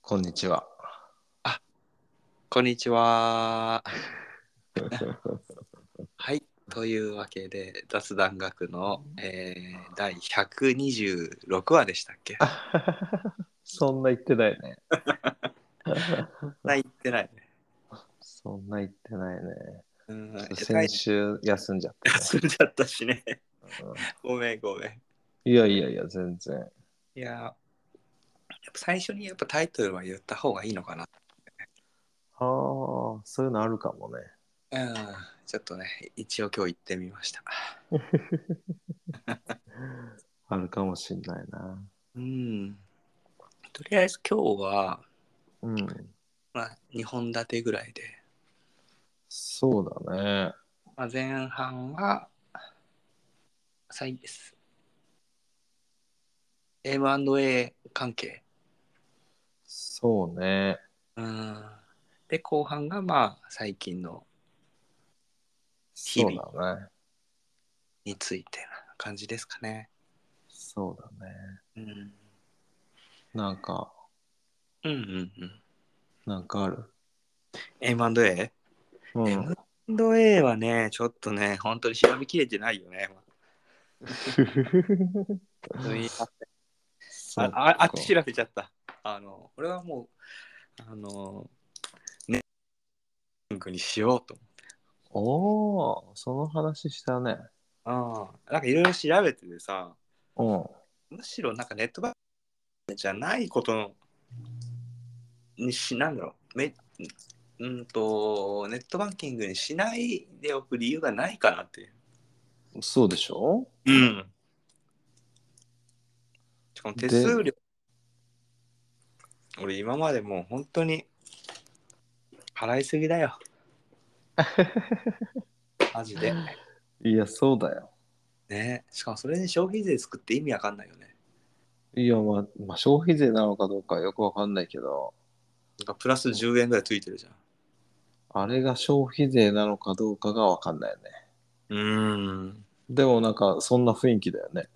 こんにちは。こんにちは。はい。というわけで、雑談学の、えー、第126話でしたっけ そんな言ってないね。ない言ってないね。そんな言ってないね。うん、ちょっとえらい先週休んじゃった。休んじゃったしね。 うんごめんごめん。いやいやいや、全然。いやー、やっぱ最初にやっぱタイトルは言った方がいいのかな。ああ、そういうのあるかもね。うん、ちょっとね、一応今日行ってみました。あるかもしんないな。うん。とりあえず今日は、うん。まあ、2本立てぐらいで、そうだね。まあ、前半は、最です。M&A 関係。そうね。うん。で、後半が、まあ、最近のそ日う々だね。についてな感じですかね。そうだね。うん。うんなんか、うんうん。なんかある。 M&A? うん。 M&A はね、ちょっとね、本当に調べきれてないよね。そあっかああっち調べちゃった。あの、俺はもう、あの、ね、リンクにしようとおお、その話したね。思って。あなんかいろいろ調べててさ、うん。むしろなんかネットバンクじゃないことの、にし、なんだろう、めうんと、ネットバンキングにしないでおく理由がないかなっていう。そうでしょうん。しかも手数料。俺今までもう本当に払いすぎだ よ。マジで。いや、そうだよ。ねしかもそれに消費税作って意味わかんないよね。いや、まあ、まあ、消費税なのかどうかよくわかんないけど、なんかプラス10円ぐらいついてるじゃん。あれが消費税なのかどうかがわかんないよね。うーん。でもなんか、そんな雰囲気だよね。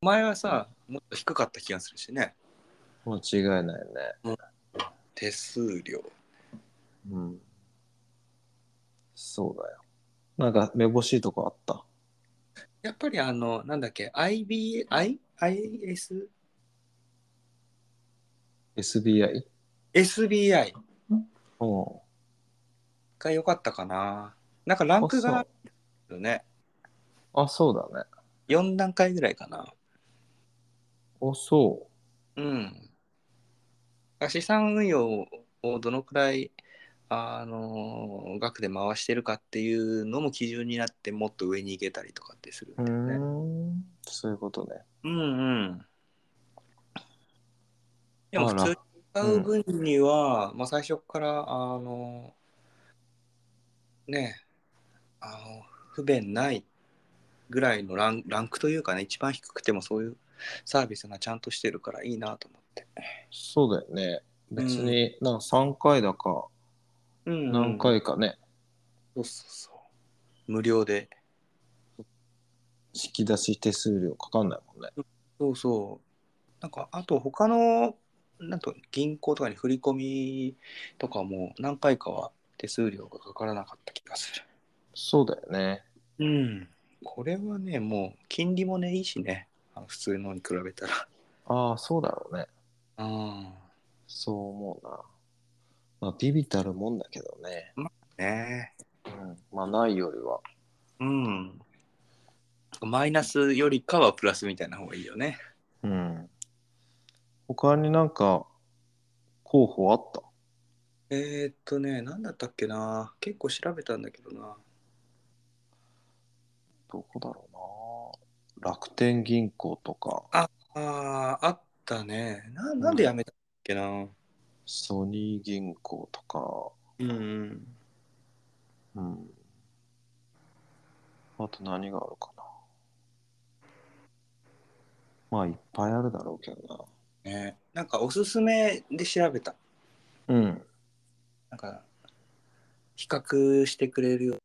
前はさ、もっと低かった気がするしね。間違いないね。手数料。うん。そうだよ。なんか、めぼしいとこあった。やっぱりあの、なんだっけ、IB、I? IS? SBI? SBI うん。が良かったかな。なんかランクがあるよね。あ、そうだね。 4段階ぐらいかな。あ、そうん。資産運用をどのくらい、あの、額で回してるかっていうのも基準になってもっと上に行けたりとかってするんう。うだよね。ーん。そういうことね。うんうん。であも普ら通に使う分には、まあ最初から、あの、ねえ、あの、不便ないぐらいのランランクというかね、一番低くてもそういうサービスがちゃんとしてるからいいなと思って。そうだよね。別になんか3回だか、うん何回かね、そうそうそう。無料で。引き出し手数料かかんないもんね。そうそう。なんか、あと他の、なんと銀行とかに振り込みとかも何回かは手数料がかからなかった気がする。そうだよね。うん。これはね、もう金利もね、いいしね。あの普通のに比べたら。ああ、そうだろうね。うん。そう思うな。まあ、ビビたるもんだけどね。ねうん。まあ、ないよりは。うん。マイナスよりかはプラスみたいな方がいいよね。うん。他になんか、候補あったえー、っとね、なんだったっけな。結構調べたんだけどな。どこだろうな。楽天銀行とか、ああ、あったね。ななんでやめたっけな。ソニー銀行とか、うんうん。うん。あと何があるかな。まあ、いっぱいあるだろうけどね、なんかおすすめで調べた。な。うん。なんか、比較してくれるよう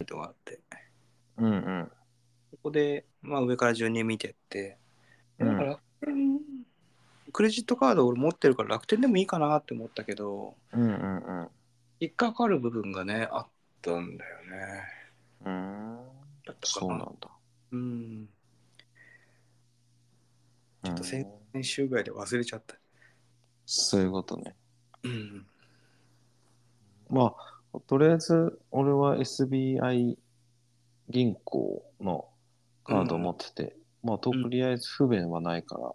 な人があって、うんうん。そこで、まあ、上から順に見てって、うんだから、うんクレジットカード俺持ってるから楽天でもいいかなって思ったけど、うんうん引っかかる部分がね、あったんだよね。うん。うーん。だったかそうなんだ。うん。ちょっとせん先週ぐらいで忘れちゃった。そういうことね。うん。まあ、とりあえず、俺は SBI 銀行のカードを持ってて、まあ、とうんりあえず不便はないから、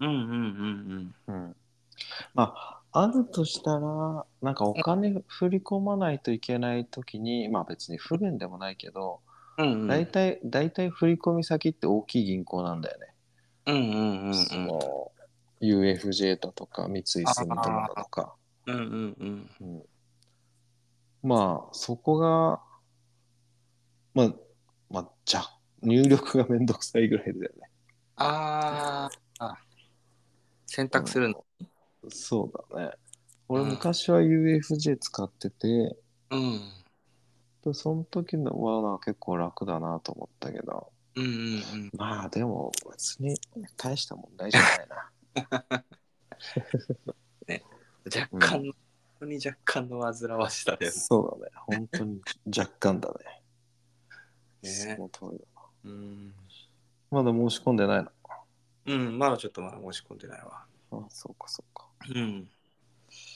うんうんうんうんまあ、あるとしたら、なんかお金振り込まないといけないときに、まあ別に不便でもないけど、うん。うんうん。大体、大体振り込み先って大きい銀行なんだよね。うんうんうんうん。その UFJ だとか、三井住友だとか。うんうんうん。うん、まあ、そこが、まあ、まあ、じゃ、入力がめんどくさいぐらいだよね。あーあ。選択するの。そうだね。俺うん昔は UFJ 使ってて、うん。でその時のはなんか結構楽だなと思ったけどうんうんうん。まあでも別に大した問題じゃない な若干の、本当に若干の煩わしさだよそうだね本当に若干だね ねその通りだうん。まだ申し込んでないうん、まだちょっとまだ申し込んでないわ。のあそうかそうかうん。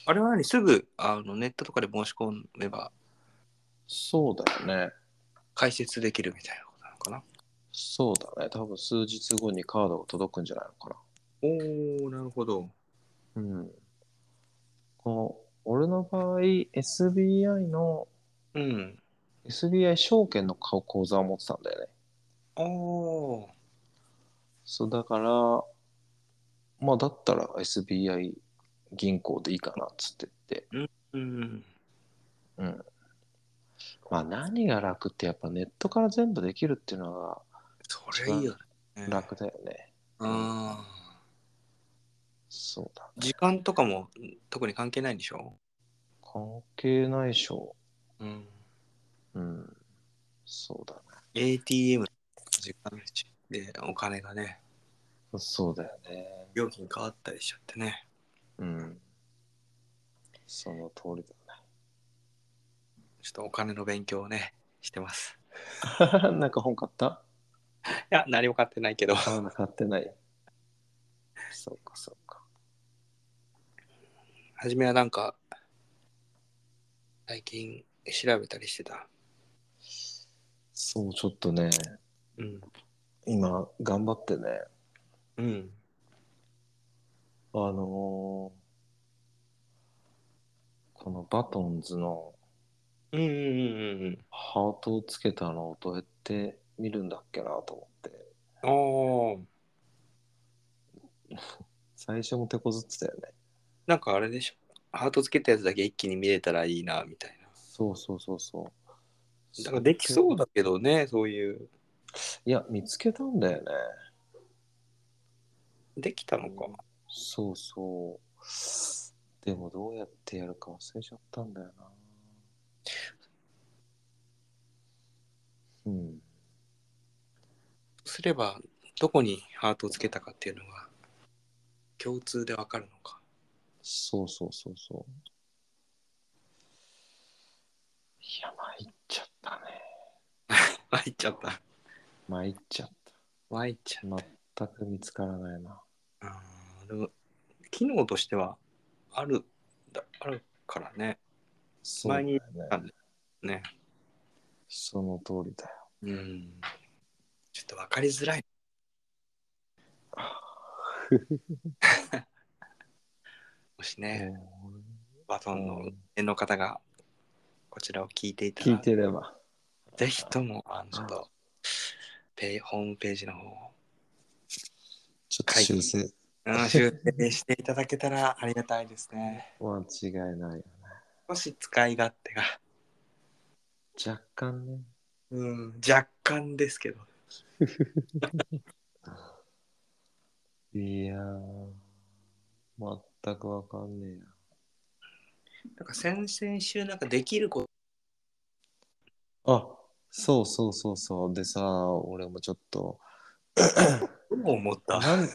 あれは何すぐあのネットとかで申し込めばそうだよね解説できるみたいなことなのかなそうだね多分数日後にカードが届くんじゃないのかおー、なるほど。なうんこの俺の場合 SBI のうん。 SBI 証券の口座を持ってたんだよねおー。そうだから、まあだったら SBI 銀行でいいかなっつって言って、うん。うん。まあ何が楽ってやっぱネットから全部できるっていうのそれいいよね。が楽だよね。うん。そうだ。時間とかも特に関係ないんでしょ関係ないでしょ。うん。うん。そうだね。 ATM の時間でお金がね、そうだよね。料金変わったりしちゃってね。うん。その通りだちょっとお金の勉強をね、してます。ね。 なんか本買ったいや、何も買ってないけど。あ買ってない。そうかそうか。初めはなんか、最近調べたりしてた。そう、ちょっとね、うん。今頑張ってね。うん。あのーこのバトンズのうんうんうんうん。ハートをつけたのをどうやって見るんだっけなと思っておー。最初も手こずってたよねなんかあれでしょ。ハートつけたやつだけ一気に見れたらいいな、みたいな。そうそうそうそうだからできそうだだけどね、そういう。いや見つけたんだよねできたのか。そうそうでもどうやってやるか忘れちゃったんだよなうんすれば、どこにハートをつけたかっていうのが、共通でわかるのか。そうそうそうそういや参っちゃったね参っちゃった。参っちゃっ参っちゃた。全く見つからないな。う。あーでも、機能としては、ある、だあるからね。そうだよね。ね。その通りだよ。うん。ちょっとわかりづらい。 もしね、バトンの運転の方がこちらを聞いていた聞いら、てれば。ぜひとも、あの、ちょっと、ペイホームページの方を、ちょっと修正。うん、修正していただけたらありがたいですね。間違いないよね。少し使い勝手が、若干ね。うん、若干ですけど。いやー、全くわかんねえな。なんか先々週なんかできること、あそうそうそうそう。でさ、俺もちょっと、 どう思ったなん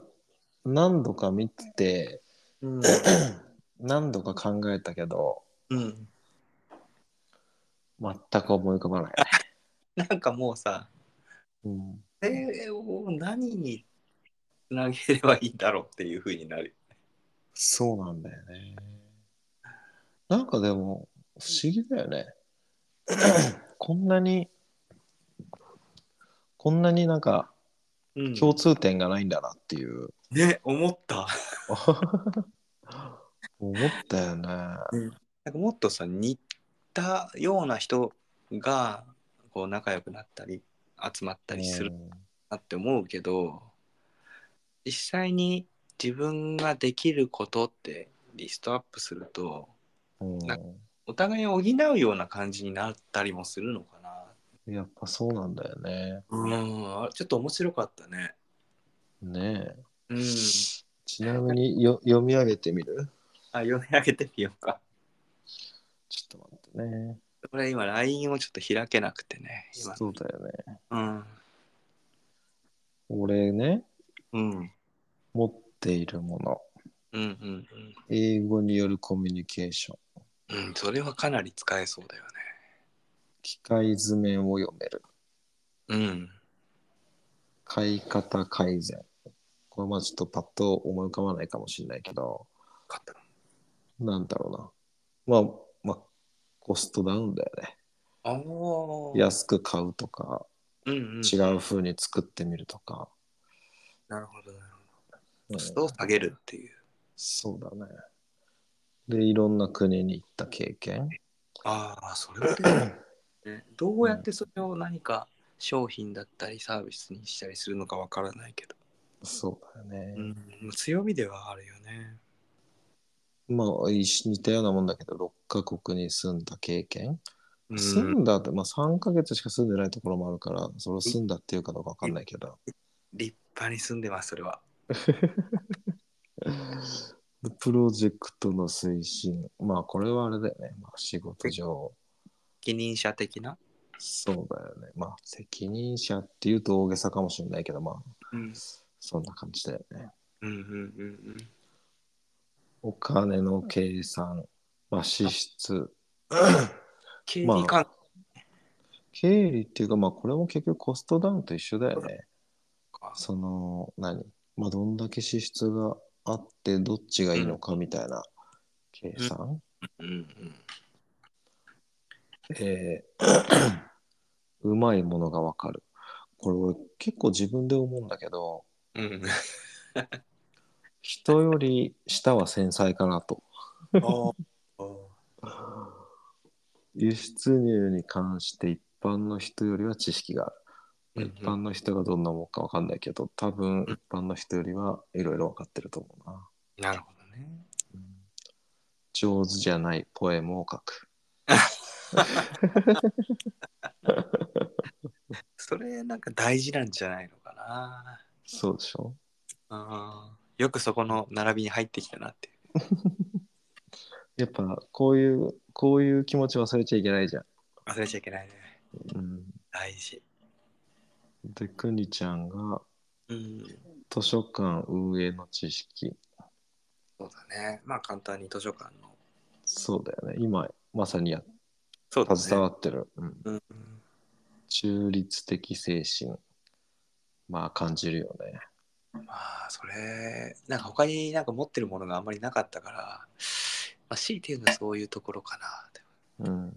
何度か見てて、うん。何度か考えたけど、うん。全く思い浮かばない。なんかもうさ、うん、これを何につなげればいいんだろうっていうふうになる。そうなんだよね。なんかでも、不思議だよ ね。こんなに、こんなになんかうん共通点がないんだなっていう、ね、思った。思ったよね。なんかもっとさ、似たような人が、こう、仲良くなったり、集まったりするなって思うけど実際に自分ができることってリストアップするとうん、なんうお互いを補うような感じになったりもするのかな。ん。やっぱそうなんだよね。うん、あれちょっと面白かったね。ねえ。 うん、ちなみによ読み上げてみるあ読み上げてみようか。ちょっと待ってね。これ今 LINE をちょっと開けなくてね。今そうだよね。うん、俺ね、うん、うん、持っているもの。うん、英語によるコミュニケーション。うん、うん、それはかなり使えそうだよね。機械図面を読める。うん、買い方改善。これまあちょっとパッと思い浮かばないかもしれないけど、かった。なんだろうな。まあ、まあ、コストダウンだよね。ああ、、安く買うとか、うん、うん、違う。風に作ってみるとか。なるほど、なるほど。うんコストを下げるっていう。そうだね。で、いろんな国に行った経験。ああ、それは でもね、どうやってそれを何か商品だったりサービスにしたりするのかわからないけど、そうだよね。うん、強みではあるよね。まあ、一緒似たようなもんだけど、6カ国に住んだ経験。うん、住んだって、まあ3ヶ月しか住んでないところもあるから、それを住んだっていうかどうかわかんないけど。立派に住んでます、それは。でプロジェクトの推進。まあ、これはあれだよね。まあ、仕事上。責任者的な。そうだよね。まあ、責任者っていうと大げさかもしれないけど、まあ、うん、そんな感じだよね。うん、うん、うんお金の計算、まあ、支出。 経理関、経理っていうか、まあ、これも結局コストダウンと一緒だよね。か。その、何まあ、どんだけ支出があって、どっちがいいのかみたいな計算。うん、うん。えー うまいものがわかる。これ俺結構自分で思うんだけど、うん、人より舌は繊細かなと。あー輸出入に関して一般の人よりは知識がある。うん一般の人がどんなもんかわかんないけど、多分一般の人よりはいろいろわかってると思うな。なるほどね。上手じゃないポエムを書く。それなんか大事なんじゃないのかな。そうでしょあーよくそこの並びに入ってきたなっていう。やっぱこういう、こういう気持ち忘れちゃいけないじゃん。忘れちゃいけないね。うん、大事。で、くにちゃんがうん。図書館運営の知識そうだね。まあ簡単に図書館の。そうだよね今まさにやそうだね。携わってる、うん、うん、中立的精神まあ感じるよねまあそれ、なんか他になんか持ってるものがあんまりなかったから、まあ、強いて言うのはそういうところかなって。うん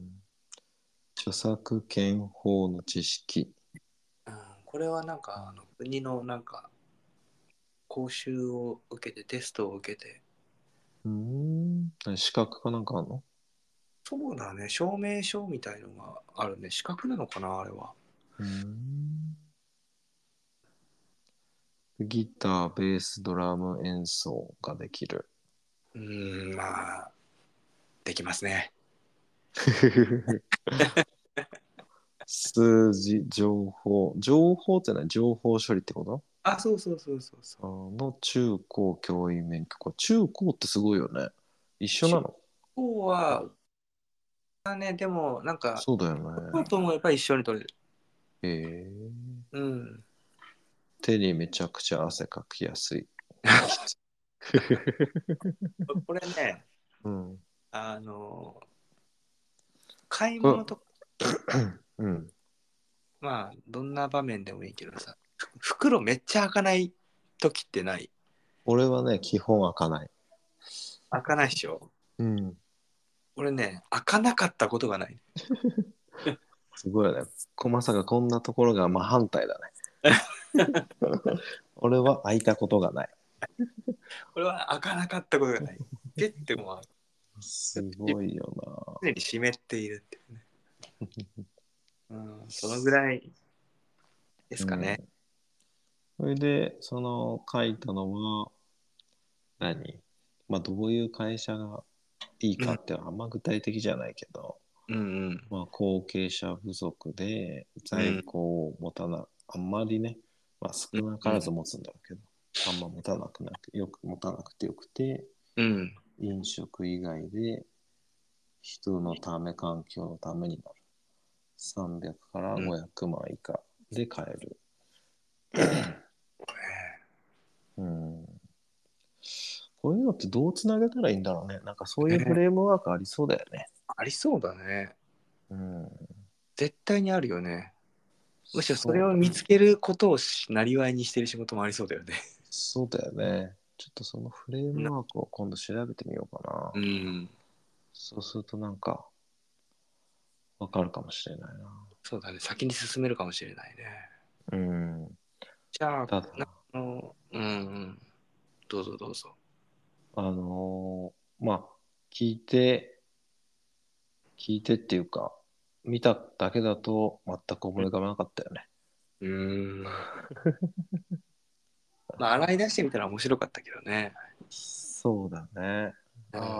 著作権法の知識うん、これはなんかあの国のなんか講習を受けてテストを受けて、うん資格かなんかあるのそうだね、証明書みたいのがあるね。資格なのかな、あれは。うんギターベースドラム演奏ができるうん、まあ、できますね。数字情報情報ってのは情報処理ってことあ、そうそうそうそうそう。あの中高教員免許か。中高ってすごいよね。一緒なのこうは、だね、でもなんか、そうだよそうね。と思えば一緒に取れる。えー、うん。手にめちゃくちゃ汗かきやすい。 これね、うん。あの、買い物とか、うん。まあ、どんな場面でもいいけどさ、ふ袋めっちゃ開かない時ってない俺はね、基本開かない。開かないでしょうん。俺ね、開かなかったことがない。すごいね。こまさかこんなところが真反対だ ね。俺は開いたことがない。俺は開かなかったことがない。ペッてもうすごいよ常に湿っているっていうね。うん、そのぐらいでですかね。。うんそれで、その書いたのは、何まあ、どういう会社がいいかっていうのはあんま具体的じゃないけど、うんうん。まあ、後継者不足で在庫を持たな、あんまりね、まあ、少なからず持つんだろうけど、あんま持たなくなくよく持たなくてよくて、うん。飲食以外で人のため、環境のためになる。300から500万以下で買える。うんこういうのってどうつなげたらいいんだろうね。なんかそういうフレームワークありそうだよね。ありそうだね。うん。絶対にあるよね。 むしろそれを見つけることをしなりわいにしてる仕事もありそうだよね。そうだよね。ちょっとそのフレームワークを今度調べてみようかな。うん。そうするとなんか、わかるかもしれないな。そうだね。先に進めるかもしれないね。うん。じゃあ、ただ、あのうんうん。どうぞどうぞ。あのーまあ、聞いて、聞いてっていうか、見ただけだと全く思い浮かばなかったよね。うー ん。まあ、洗い出してみたら面白かったけどね。そうだね。あうん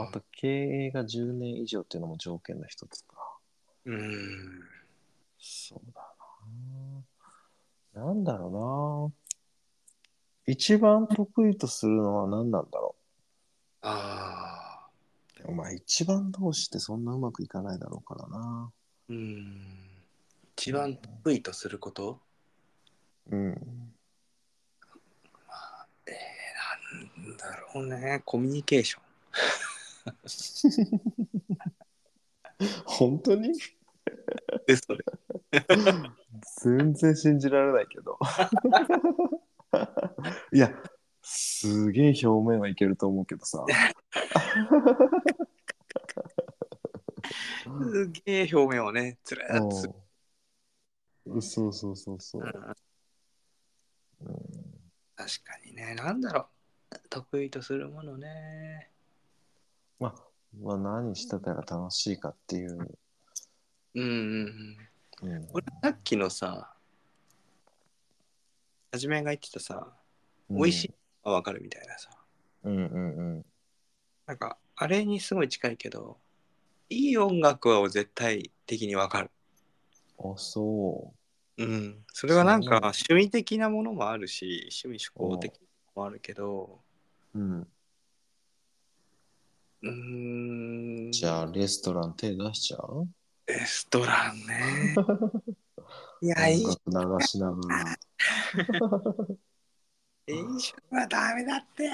ーあと経営が10年以上っていうのも条件の一つか。うん。そうだな。なんだろうな。一番得意とするのは何なんだろああ。う。でもまあ一番同士ってそんなうまくいかないだろうからな。うん。一番得意とすること うん。えー、なんだろうね。コミュニケーション。本当にで、それ。全然信じられないけど。 いや、すげえ表面はいけると思うけ どさ。すげえ表面をね、つらーっうと。んそうそうそうそう。確かにね。なんだろう。得意とするものね。まあ、まあ、何してたら楽しいかっていう。うんうんうん。うん。俺、さっきのさ、はじめが言ってたさ、美味しいのはわかるみたいなさ。うんうんなんか、あれにすごい近いけど、いい音楽は絶対的にわかる。うん。あ、そうん。それはなんそうか、趣味的なものもあるし、趣味思考的なものもあるけど、う。うん。うーん。じゃあ、レストラン手出しちゃうレストランね。 いや、飲音楽流しながら。酒はダメだって。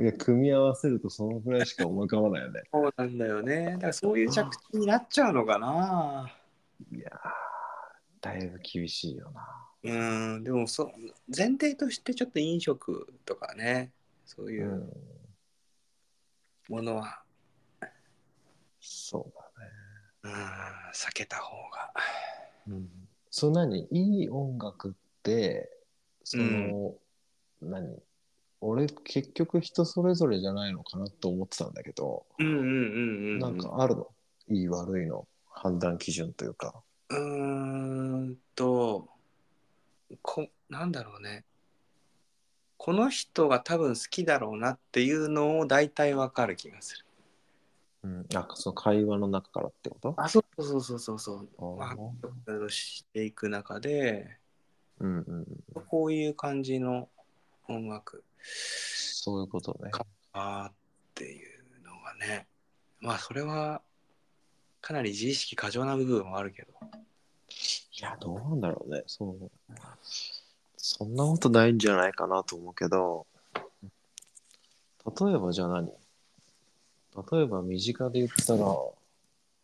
いや、組み合わせるとそのぐらいしか思い浮かばないよね。そうなんだよね。だからそういう着地になっちゃうのかな。いやー、 だいぶ厳しいよな。うん、でもそう、前提としてちょっと飲食とかね、そうう。いうんものは、そうだね。うん、避けた方が。うん。その何いい音楽って、その、何俺、結局人それぞれじゃないのかなと思ってたんだけど、うんうんうんうん。なんかあるのいい悪いの判断基準というか。うーんとこなんだろうねこの人が多分好きだろうなっていうのを大体わかる気がするうん、なんかその会話の中からってことあそうそうそうそうそうあワーークショップしていく中でうんうん。こういう感じの音楽そういうことね。あーっていうのがねまあそれはかなり自意識過剰な部分もあるけどいや、どうなんだろうね。そう。そんなことないんじゃないかなと思うけど、例えばじゃあ何例えば身近で言ったら、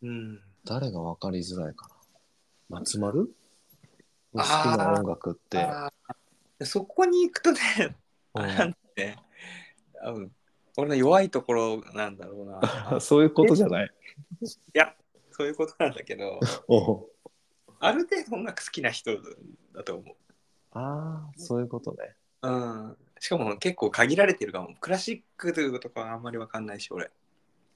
うん。誰が分かりづらいかな松丸の好きあーな音楽って、あーそこに行くとね、うんあれなんだね多分俺の弱いところなんだろう な。そういうことじゃない。いや、そういうことなんだけど、おうある程度音楽好きな人だと思う。ああ、そういうことね。うん、しかも結構限られてるかも。クラシックというとかはあんまりわかんないし、俺。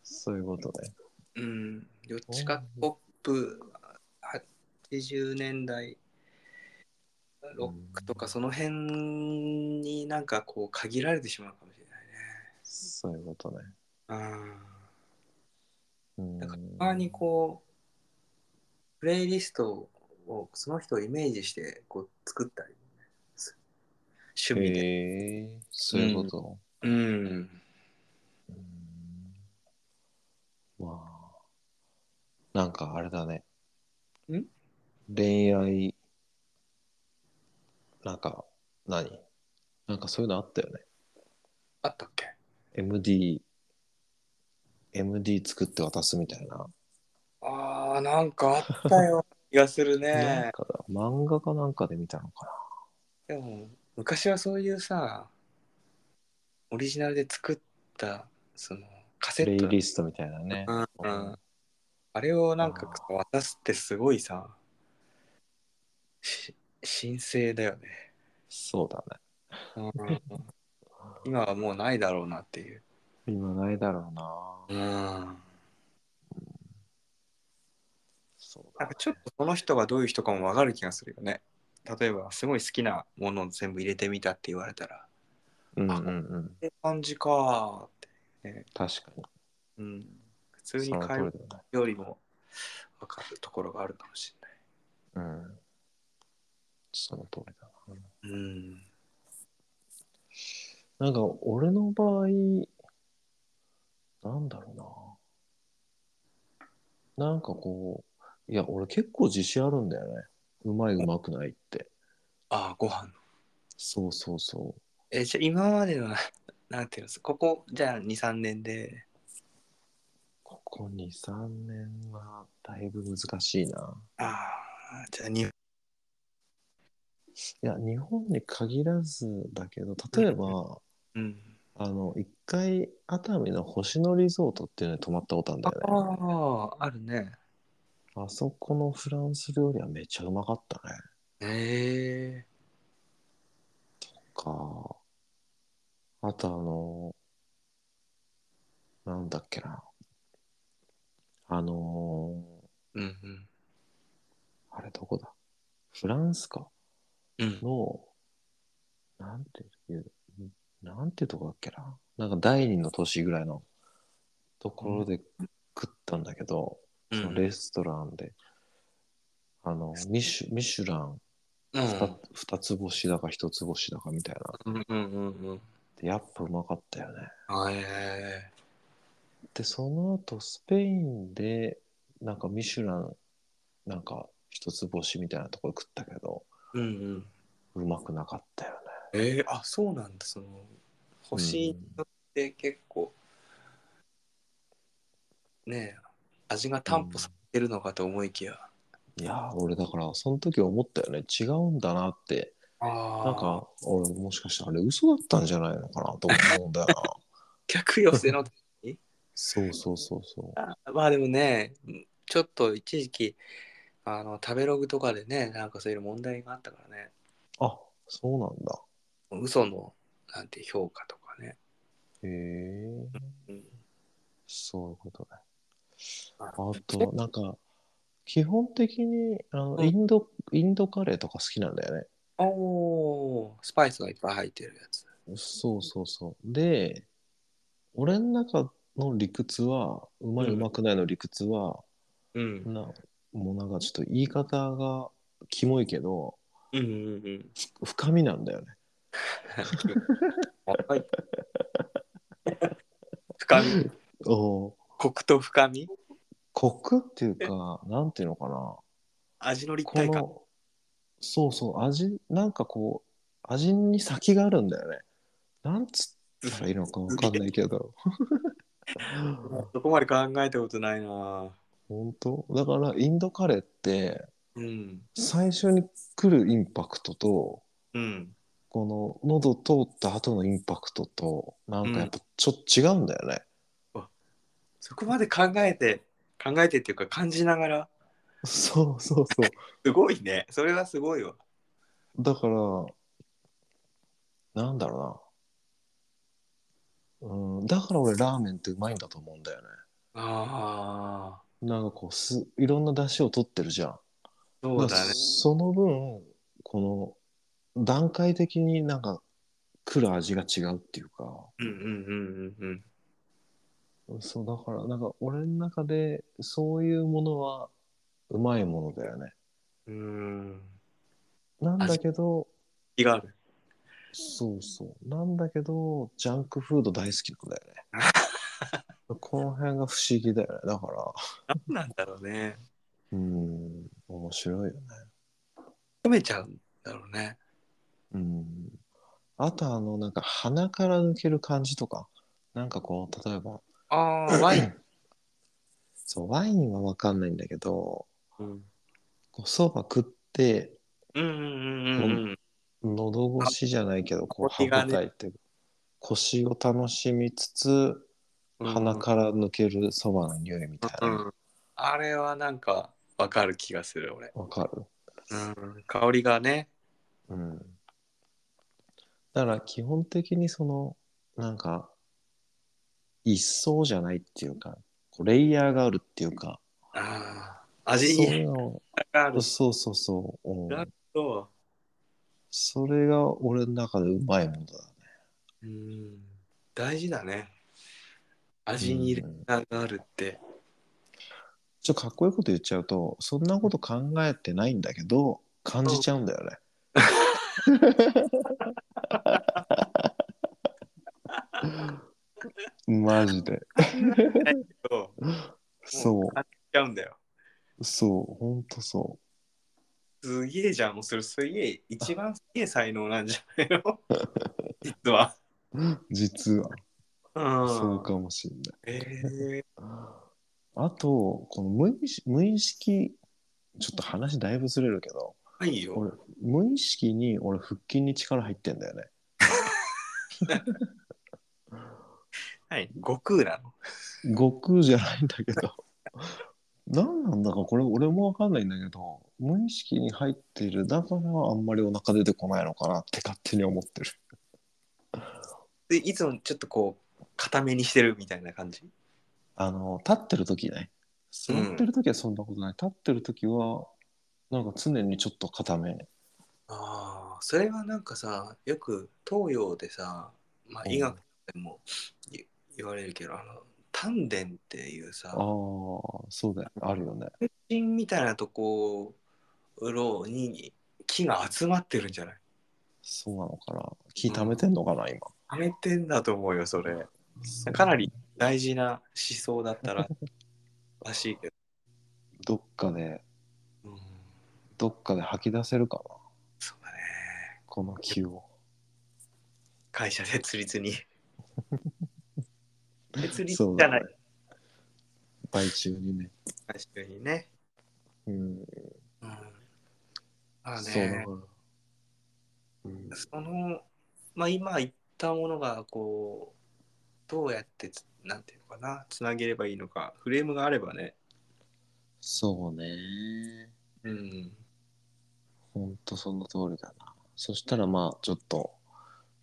そういうことね。うん、どっちかポップ80年代ロックとかその辺になんかこう限られてしまうかもしれそういうことね。ないね。うんなんかたまにこうプレイリストをその人をイメージしてこう作ったりす趣味で。へえそういうこと。うん。うんまあ、なんかあれだね。ん恋愛、なんか、何なんかそういうのあったよね。あったっけ MD、MD 作って渡すみたいな。ああ、なんかあったよ。気がするなねん。かだ漫画かなんかで見たのかでも昔はそういうさオリジナルで作ったそのカセな。プレッイトリストみたいなね。うんうんあれをなんか渡すってすごいさし神聖だよね、そうだね。うん今はもうないだろうなっていう、今ないだろうな。なんそうだかちょっとこの人がどういう人かもわかる気がするよね例えばすごい好きなものを全部入れてみたって言われたらうんうんうん。こういう感じかーって、確かに。うん、普通にその通会り話だね。よりも分かるところがあるかもしうん。その通りだれない。うん。な。なんか俺の場合、なんだろうな。なんかこう、いや俺結構自信あるんだよね。うまいうまくないって。ああ、ご飯。そうそうそう。え、じゃあ今までのな、 なんていうんですか、ここ、じゃあ2、3年で、ここ2、3年はだいぶ難しいな。ああ、じゃあに、いや、日本に限らずだけど、例えば、うん。あの、一回、熱海の星野リゾートっていうのに泊まったことあるんだよね。ああ、あるね。あそこのフランス料理はめっちゃうまかったね。ええか。あとあの、なんだっけな。あのうんうん。ーあれどこだフランスか。うん。の、なんていう、なんていうとこだっけな。なんか第二の都市ぐらいのところで食ったんだけど、そのレストランで、あの、ミシュミシュランうん二、二つ星だか一つ星だかみたいな。うんうんうんうん。でやっぱうまかったよね。あえで、その後スペインで、なんかミシュラン、なんか一つ星みたいなところ食ったけど、えうんうん。うまくなかったよね。ええあ、そうなんだ、その、星によって結構、ねえ、味が担保されてるのかと思いきや。いやー俺だからその時思ったよね違うんだなってああ。なんか俺もしかしたらあれ嘘だったんじゃないのかなと思うんだよ な客寄せのそうそうそうそあ まあでもねちょっと一時期あの食べログとかでねなんかそういう問題があったからねうあそうなんだ嘘のなんて評価とかね、へえうん、そういうことねああとなんか基本的にあのうんインド、インドカレーとか好きなんだよねおースパイスがいっぱい入ってるやつそうそうそうで俺の中の理屈はうまいうまくないの理屈は、うんなもうなんかちょっと言い方がキモいけどうんうんうん 深みなんだよね若い深みおコクと深みコクっていうか、なんていうのかな。味の立こ体感の、そうそう、味、なんかこ歌人に先があるんだよね。なんつったらいいのかわかんないけ ど。そこまで考えたことないな本当だからインドカレーってうん最初に来るインパクトとうんこの喉通った後のインパクトとなんかやっぱちょっと違うんだよね。そこまで考えて考えてっていうか感じながらそうそうそう。すごいねそれはすごいわだから、なんだろうな。うん、だから俺ラーメンってうまいんだと思うんだよね。ああなんかこうす、いろんな出汁を取ってるじゃん。そうだねまあその分、この段階的になんか来る味が違うっていうか、うんうんうんうんうんそうだからなんか俺の中でそういうものはうまいものだよね。うーんなんだけど、気があるそうそう。なんだけど、ジャンクフード大好きなんだよね。この辺が不思議だよね。だから、何なんだろうねうん、面白いよね。褒めちゃうんだろうねうん。あと、あの、なんか鼻から抜ける感じとか、なんかこう、例えば、ああワイン、そう、ワインはわかんないんだけど、うん、こう、そば食って、うんうんうんうん喉越しじゃないけど、こう、歯腰応がねえっていうか、腰を楽しみつつ、うん鼻から抜けるそばの匂いみたいうな。んあれはなんかわかる気がする俺、わかるうん、香りがねうんだから基本的にそのなんか一層じゃないっていうかこうレイヤーがあるっていうかあそうあ味いにうのがあるそうそうそう、うんなるとそれが俺の中でうまいものだねうん大事だね味に入れうんがあるって、ちょっとかっこいいこと言っちゃうとそんなこと考えてないんだけど感じちゃうんだよね、マジでそうそう買っちゃうんだよそう、ほんとそすげえじゃんもうそれすげえ一番すげえ才能なんじゃない の実はう。実は、うんそうかもしれない。えー、あと、この無意識、無意識、ちょっと話だいぶずれるけど、ないよ俺、無意識に俺、腹筋に力入ってんだよね。はい悟空なの悟空じゃないんだけど、 何なんだか、これ俺もわかんないんだけど、無意識に入ってる、だからあんまりお腹出てこないのかなって勝手に思ってる。でいつもちょっとこう固めにしてるみたいな感じあの、立ってる時ね。座ってる時はそんなことない。立ってる時は、なんか常にちょっと固め。ああそれはなんかさよく東洋でさ、まあ、うん医学でもい言われるけどあの丹田っていうさああ、そうだよ。あるよね。中心みたいなところに木が集まってるんじゃないそうなのかな。気溜めてんのかな、今。はめてんだと思うよそれかなり大事な思想だったららしいけどっかで、ど、うん、どっかで吐き出せるかな。そうだねこの気を。会社設 立に設立そうじゃだなねい。売中にね。確かにね、うん。うん、まあねそうだから。うんその、まあ、今言ったものがこうどうやってつなんていうのかなつなげればいいのかフレームがあればね、そうね。うん、ほんとその通りだな。そしたらまあ、ちょっと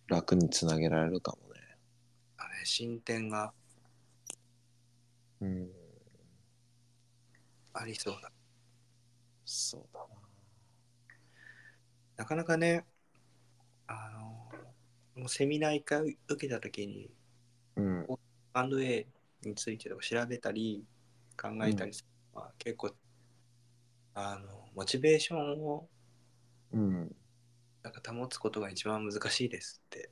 楽につなげられるかもね。あれ進展がうん。ありそうだそうだな。なかなかねあのもうセミナー一回受けた時にうん。 A についてとか調べたり考えたりするのは結構、あのモチベーションをうん。なんか保つことが一番難しいですって、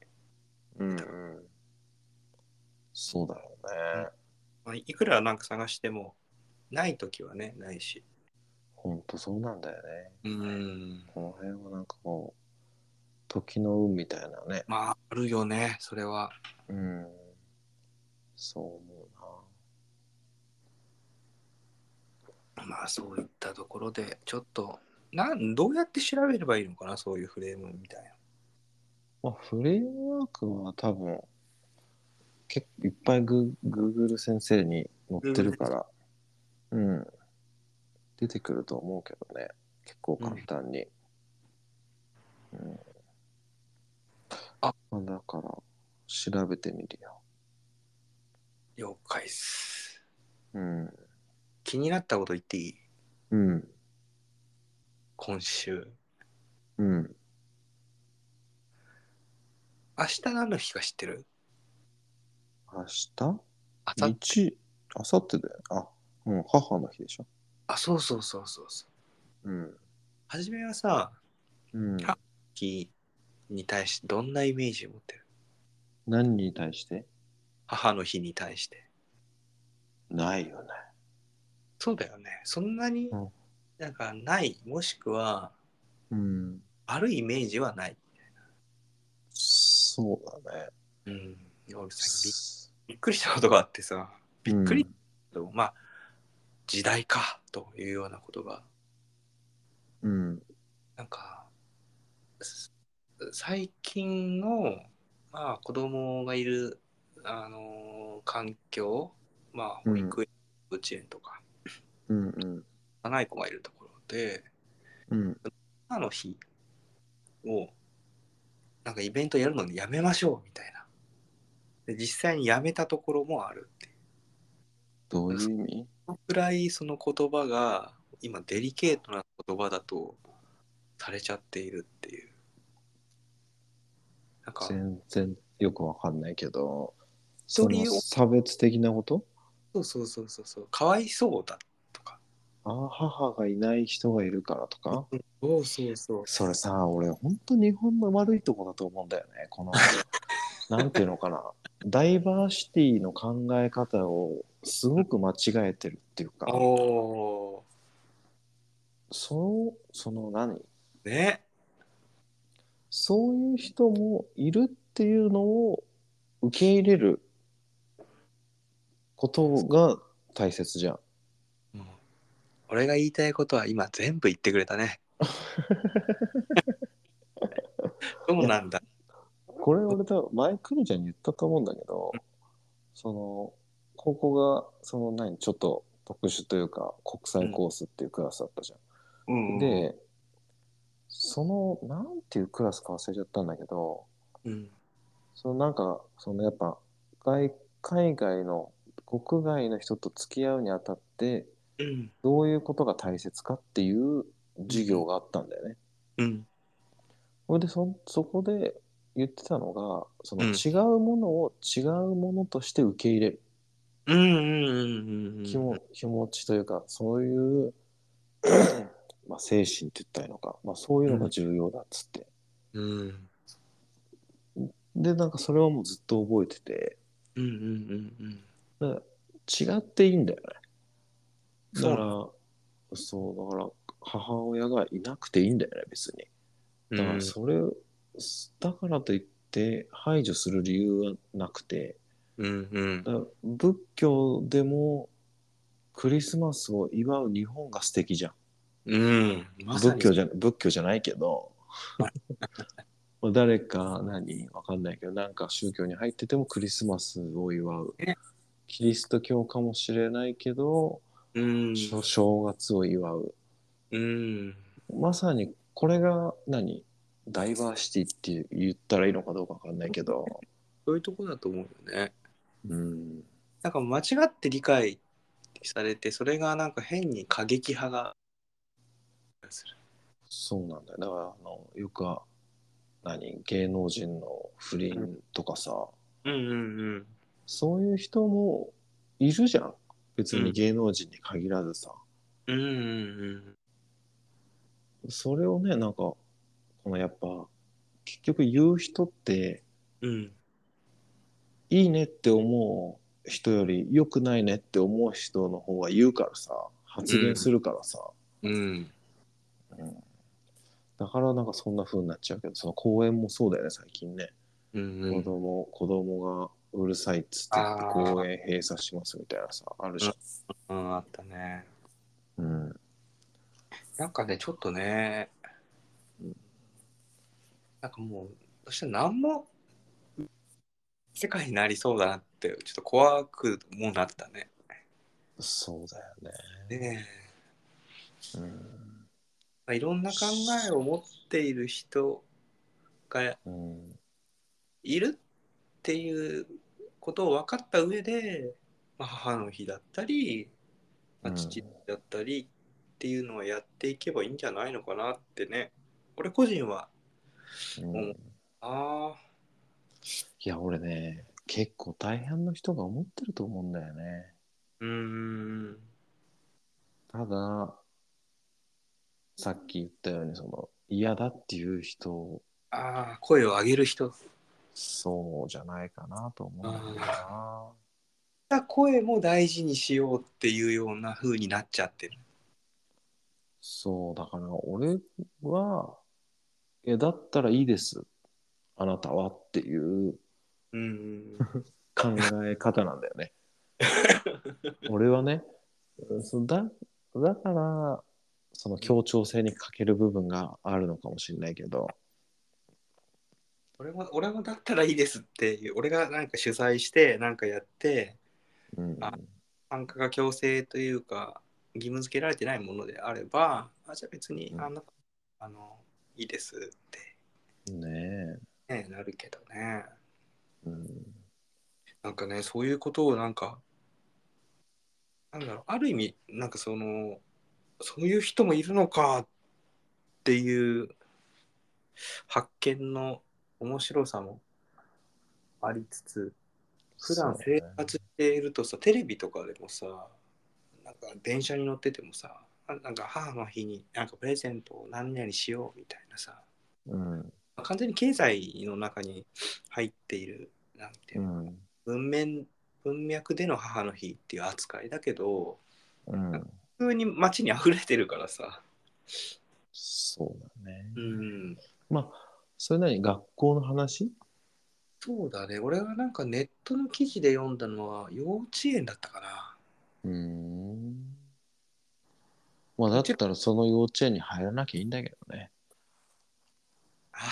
うんうん。そうだよね。まあ、いくらなんか探してもない時はねないしほんとそうなんだよね。うんこの辺はなんかこう、時の運みたいなね。まあ、あるよね、それは。うん。そう思まあ、そういったところで、ちょっと、なん、どうやって調べればいいのかな、そういうフレームみたいな。うな。まあ、フレームワークは多分、結構いっぱいグー Google 先生に載ってるから、うん。出てくると思うけどね。結構簡単に。うん。あまあ、だから、調べてみるよ。了解っす。うん。気になったこと言っていいうん。今週。うん。明日何の日か知ってる明日あさ日、あさってだよ。あ、うん、母の日でしょ。あ、そうそうそうそうそう。うん。初めはさ、うん。あ日に対してどんなイメージを持ってる何に対して母の日に対して。ないよね。そうだよね。そんなにうんなんかない、もしくはうん。あるイメージはない。そうだね。うん、俺さびびっくりしたことがあってさ、びっくり、まあ時代かというようなことがうん。うん。なんかす最近の、まあ、子供がいる、あのー環境、まあ、うん保育園、幼稚園とかうん。うん。幼い子がいるところでうん。今の日をなんかイベントやるのにやめましょうみたいなで実際にやめたところもあるっていうどういう意味そのくらいその言葉が今デリケートな言葉だとされちゃっているっていうなんか全然よくわかんないけど、一そ人のを差別的なことそうそうそうそうそうかわいそうだとかあ母がいない人がいるからとかそうそうそうそれさ、俺、ほんと日本の悪いとこだと思うんだよね。この、 なんていうのかな。ダイバーシティの考え方をすごく間違えてるっていうか、おそう、その何ーねそういう人もいるっていうのを受け入れることが大切じゃん。うん俺が言いたいことは今全部言ってくれたねそうなんだこれ俺多分前クミちゃんに言ったと思うんだけど、その高校がその何ちょっと特殊というか国際コースっていうクラスだったじゃん。うんでそのなんていうクラスか忘れちゃったんだけどうんそのなんかそのやっぱ外海外の国外の人と付き合うにあたってうんどういうことが大切かっていう授業があったんだよね。うんそれでそそこで言ってたのがそのうん違うものを違うものとして受け入れる、うんうんうんうん気も気持ちというかそう いうまあ精神って言ったらいいのか、まあ、そういうのが重要だっつって、うんでなんかそれはもうずっと覚えててうんうんうんうん違っていいんだよねだそかうらそうだから母親がいなくていいんだよね別にだからそれ、だからといって排除する理由はなくて、うんうんだから仏教でもクリスマスを祝う日本が素敵じゃん、うんまさに仏教じゃ仏教じゃないけど まあ誰か何わかんないけどなんか宗教に入っててもクリスマスを祝うねキリスト教かもしれないけど、うん正正月を祝ううんまさにこれが何ダイバーシティって言ったらいいのかどうかわかんないけど、そういうとこだと思うよねうん、なんか間違って理解されてそれがなんか変に過激派がするそうなんだよ。だから、あの、よくは、何、芸能人の不倫とかさ、うんうんうんそういう人もいるじゃん。別うにん芸能人に限らずさ。うんうんそれをね、なんか、このやっぱ、結局言う人って、うんうんいいねって思う人より良くないねって思う人の方が言うからさ、発言するからさ、うんうんだからなんかそんな風になっちゃうけど、その公園もそうだよね、最近ね。うんう子ん、供、子供がうるさいっつってあー公園閉鎖しますみたいなさ、あるじうんあったね。ゃん。うん。なんかね、ちょっとね、なんかもう、そして何も世界になりそうだなって、ちょっと怖くもなったね。そうだよね。ねうんまあ、いろんな考えを持っている人がうん。いるっていうことを分かった上で、まあ、母の日だったり、まあ、うん父だったりっていうのはやっていけばいいんじゃないのかなってね俺個人はうん、いああや、俺ね、結構大半の人が思ってると思うんだよね。うーんただ、さっき言ったように、その、嫌だっていう人、ああ声を上げる人そうじゃないかなと思うんだよな。声も大事にしようっていうような風になっちゃってるそう、だから俺は、いや、だったらいいです。あなたはっていう うーん考え方なんだよ ね。俺はね、うんそだだから、その協調性に欠ける部分があるのかもしれないけど、俺も俺もだったらいいですっていう俺がなんか取材してなんかやってうん、あ参加が強制というか義務付けられてないものであればあじゃあ別にうんあの,、あのいいですっねて、ね、なるけどねえ、うん、なんかねそういうことをなんかなんだろうある意味なんかそのそういう人もいるのかっていう発見の面白さもありつつ普段生活しているとさ、テレビとかでもさなんか電車に乗っててもさあなんか母の日になんかプレゼントを何々しようみたいなさそうね、完全に経済の中に入っているなんていううのん、うん、文面文脈での母の日っていう扱いだけどうん、普通に街に溢れてるからさ、そうだね。うん、まあ、それなりに学校の話そうだね俺はなんかネットの記事で読んだのは幼稚園だったかなうん。まあ、だったらその幼稚園に入らなきゃいいんだけどね。ああ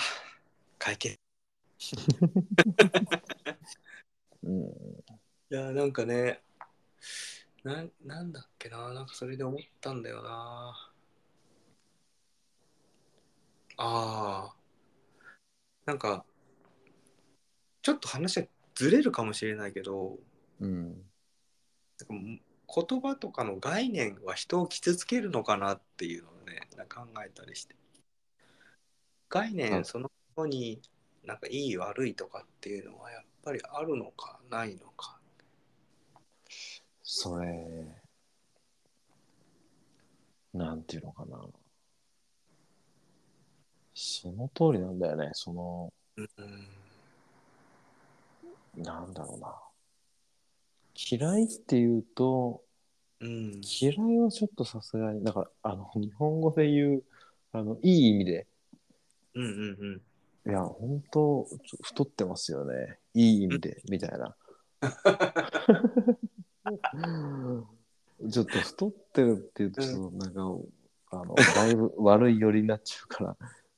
会見うん、いやーなんかねなんなんだっけななんかそれで思ったんだよなあーなんかちょっと話はずれるかもしれないけどうん、なんか言葉とかの概念は人を傷つけるのかなっていうのをねなんか考えたりして概は念いそのものになんかいい悪いとかっていうのはやっぱりあるのかないのかそれ、なんていうのかな。その通りなんだよね。その、うんなんだろうな。嫌いっていうと、うん嫌いはちょっとさすがに、だから、あの、日本語で言う、あの、いい意味で、うんういんや、本当ちょ太ってますよね。いい意味で、みたい な。ちょっと太ってるって言うと、ちょっとなんか、あの、だいぶ悪い寄りになっちゃうから、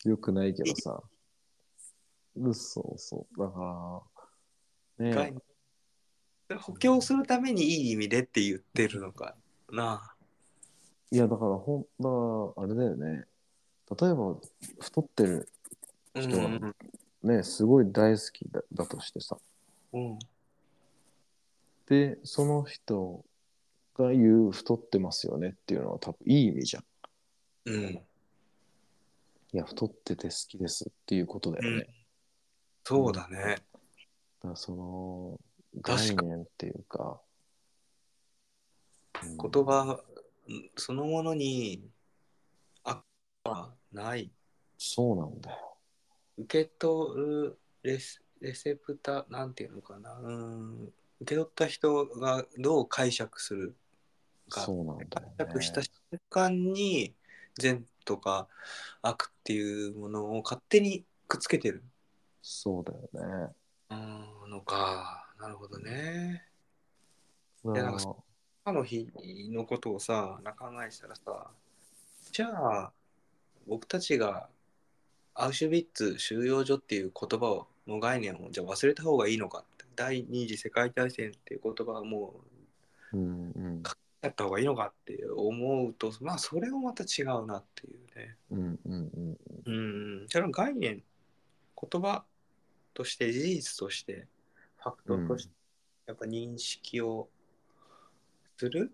よくないけどさ。うんそうそう。だから、うん。ね概念補強するためにいい意味でって言ってるのかなあ。いや、だから、ほん、だからあれだよね。例えば、太ってる、うん人はね、すごい大好きだだとしてさ。うんで、その人が言う太ってますよねっていうのは多分いい意味じゃん。うん。いや、太ってて好きですっていうことだよね。うんだそうだね。からその概確か念っていうか。うん言葉そのものに悪はない。そうなんだよ。受け取るレスレセプターなんていうのかな。うん。受け取った人がどう解釈するか。そうなんだよ、ね。解釈した瞬間に全とか悪っていうものを勝手にくっつけてるそうだよね。うんのかなるほどねうんいやなんか他の日のことをさ考えしたらさじゃあ僕たちがアウシュビッツ収容所っていう言葉をの概念をじゃあ忘れた方がいいのかって第二次世界大戦っていう言葉はもううんうんやった方がいいのかって思うとまあそれもまた違うなっていうね。うんうんうんうんその概念言葉として事実としてファクトとしてやっぱ認識をする、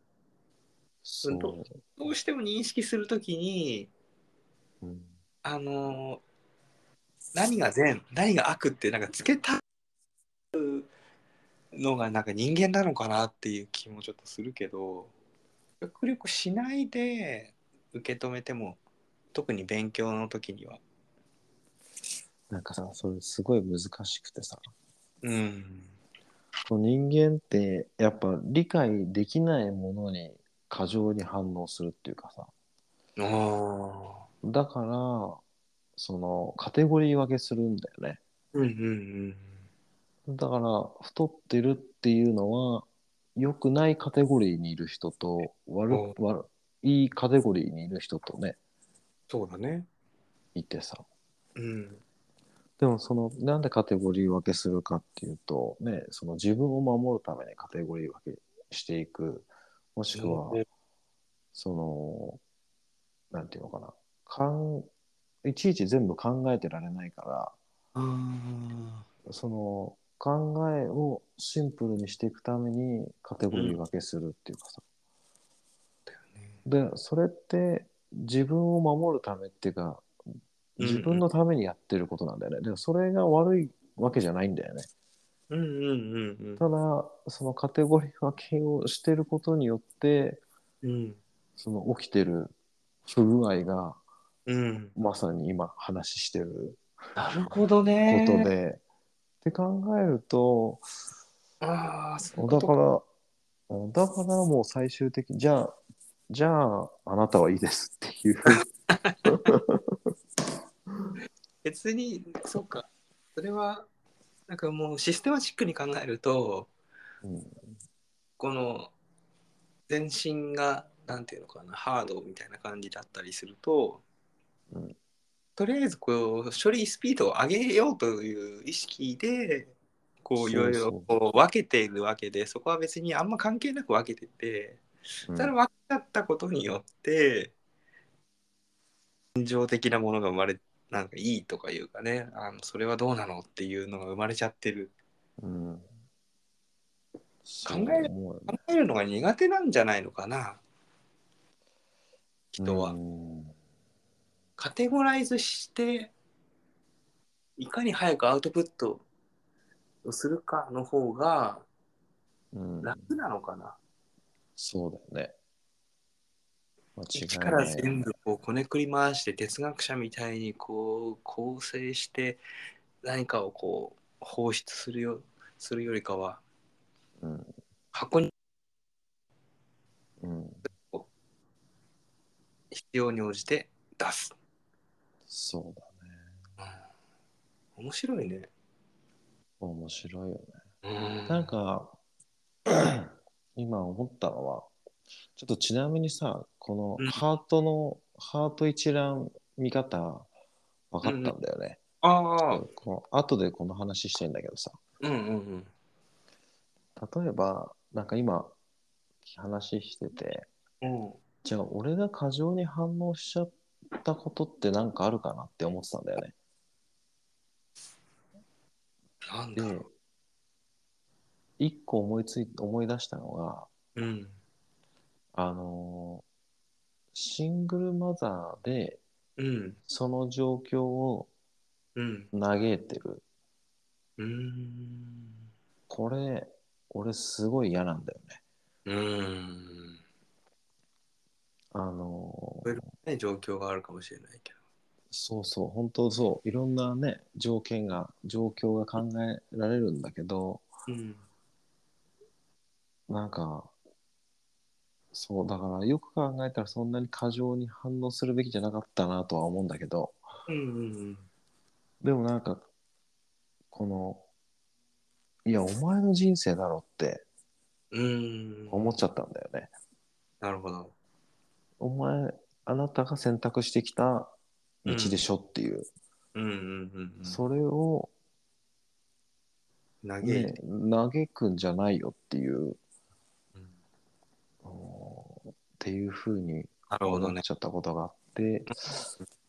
そうだよどうしても認識するときにうんあの何が善何が悪ってなんかつけたのがなんか人間なのかなっていう気もちょっとするけど極力しないで受け止めても特に勉強の時にはなんかさそれすごい難しくてさうんこう人間ってやっぱ理解できないものに過剰に反応するっていうかさああだからそのカテゴリー分けするんだよねうんうんだから太ってるっていうのは良くないカテゴリーにいる人と悪悪いいカテゴリーにいる人とねそうだねいてさうんでもそのなんでカテゴリー分けするかっていうとねその自分を守るためにカテゴリー分けしていくもしくはそのなんていうのかなかんいちいち全部考えてられないからあその考えをシンプルにしていくためにカテゴリー分けするっていうかさ、でそれって自分を守るためっていうかうん自分のためにやってることなんだよね、でもそれが悪いわけじゃないんだよねうんうんうんただそのカテゴリー分けをしてることによってうんその起きてる不具合がうんまさに今話してるなるほどこねとで、って考えるとああそういうこだから、だとからもう最終的に、じゃあ、じゃあ、あなたはいいですっていう。別にそうかそれはなんかもうシステマチックに考えると この全身がなんていうのかなハードみたいな感じだったりすると、うんとりあえずこう処理スピードを上げようという意識でこそうういろいろこう分けているわけでそこは別にあんま関係なく分けてて、うんただ分かったことによって感情的なものが生まれなんかいいとかいうかねあのそれはどうなのっていうのが生まれちゃってるうん考えもう考えるのが苦手なんじゃないのかな人は、うんカテゴライズしていかに早くアウトプットをするかの方がうん楽なのかな、そうだよね。間違一いかならい全部こうこねくり回して哲学者みたいにこう構成して何かをこう放出するよするよりかはうん箱にうん、必要に応じて出す、そうだね。面白いね面白いよね。うんなんか、今思ったのは、ちょっとちなみにさ、こうんのハートの、ハート一覧見方、分かったんだよね。ああこう後でこの話してんだけどさ、うんうん例えば、なんか今、話してて、うんうんじゃあ俺が過剰に反応しちゃったことってなんかあるかなって思ってたんだよね。なんだろでう、一個思いつい、思い出したのが、うんあのーシングルマザーで、うんその状況をうん嘆いてる。うんこれ、俺すごい嫌なんだよね。うんあのいろいろね状況があるかもしれないけそうそう、本当そう、いろんなね、条件が、状況が考えられるんだけど、どうんなんか、そう、だからよく考えたらそんなに過剰に反応するべきじゃなかったなとは思うんだけど、うんうんでもなんか、この、いや、お前の人生だろってうん。うん。思っちゃったんだよね。なるほど。お前、あなたが選択してきた道でしょっていう、うんうんうんうん。それを、う。投げ、ね、嘆くんじゃないよっていう、うんあのっていうふうになるほど思ねっ。ちゃったことがあって、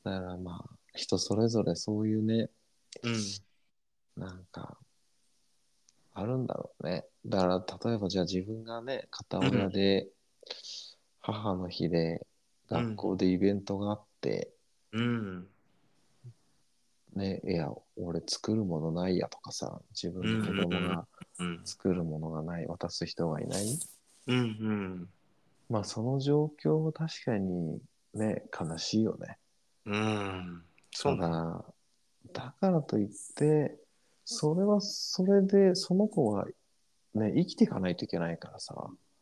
だからまあ、人それぞれそういうね、うん。なんか、あるんだろうね。だから、例えばじゃあ自分がね、片親で、母の日で、うん学校でイベントがあって、うん。ね、いや、俺作るものないやとかさ、自分の子供がうん。作るものがない、渡す人がいない。うんうん。まあ、その状況は確かにね、悲しいよね。うん。そうだだ。から、だからといって、それはそれで、その子はね、生きていかないといけないからさ。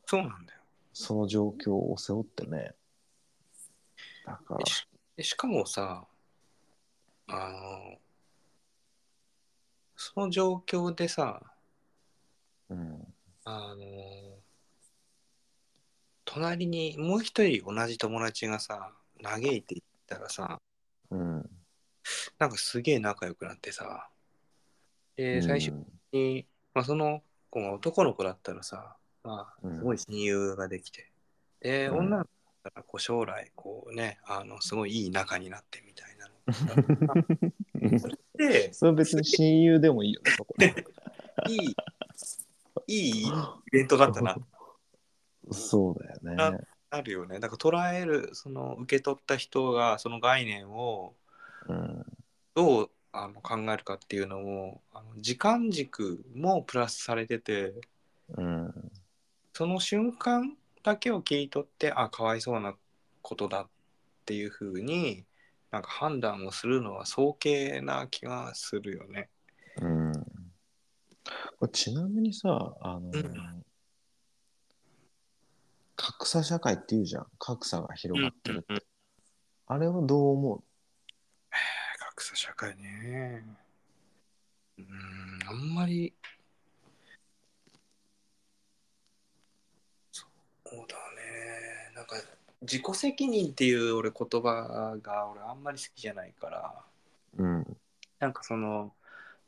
そうなんだよ。その状況を背負ってね。だからえ、しえしかもさ、あの、その状況でさ、うん。あの、隣にもう一人同じ友達がさ、嘆いていったらさ、うん。なんかすげえ仲良くなってさ、で、最終に、まあ、その子が男の子だったらさ、まうあ、んすごい親友ができて、で、うん女の子だったらこう将来こうねあのすごいいい仲になってみたいうなん。 のでそれは別に親友でもいいよね、そこ で。いいいいイベントだったなそうだよね。あるよねだから捉えるその受け取った人がその概念をうん。どうあの考えるかっていうのもあの時間軸もプラスされててうん。その瞬間だけを切り取ってあかわいそうなことだっていうふうになんか判断をするのは早計な気がするよね。うん。これちなみにさ、あの、うん格差社会って言うじゃん。格差が広がってる。うんうんあれはどう思格差社会ね。うーんあんまりそうだねなんか自己責任っていう俺言葉が俺あんまり好きじゃないから。ううん。なんかその、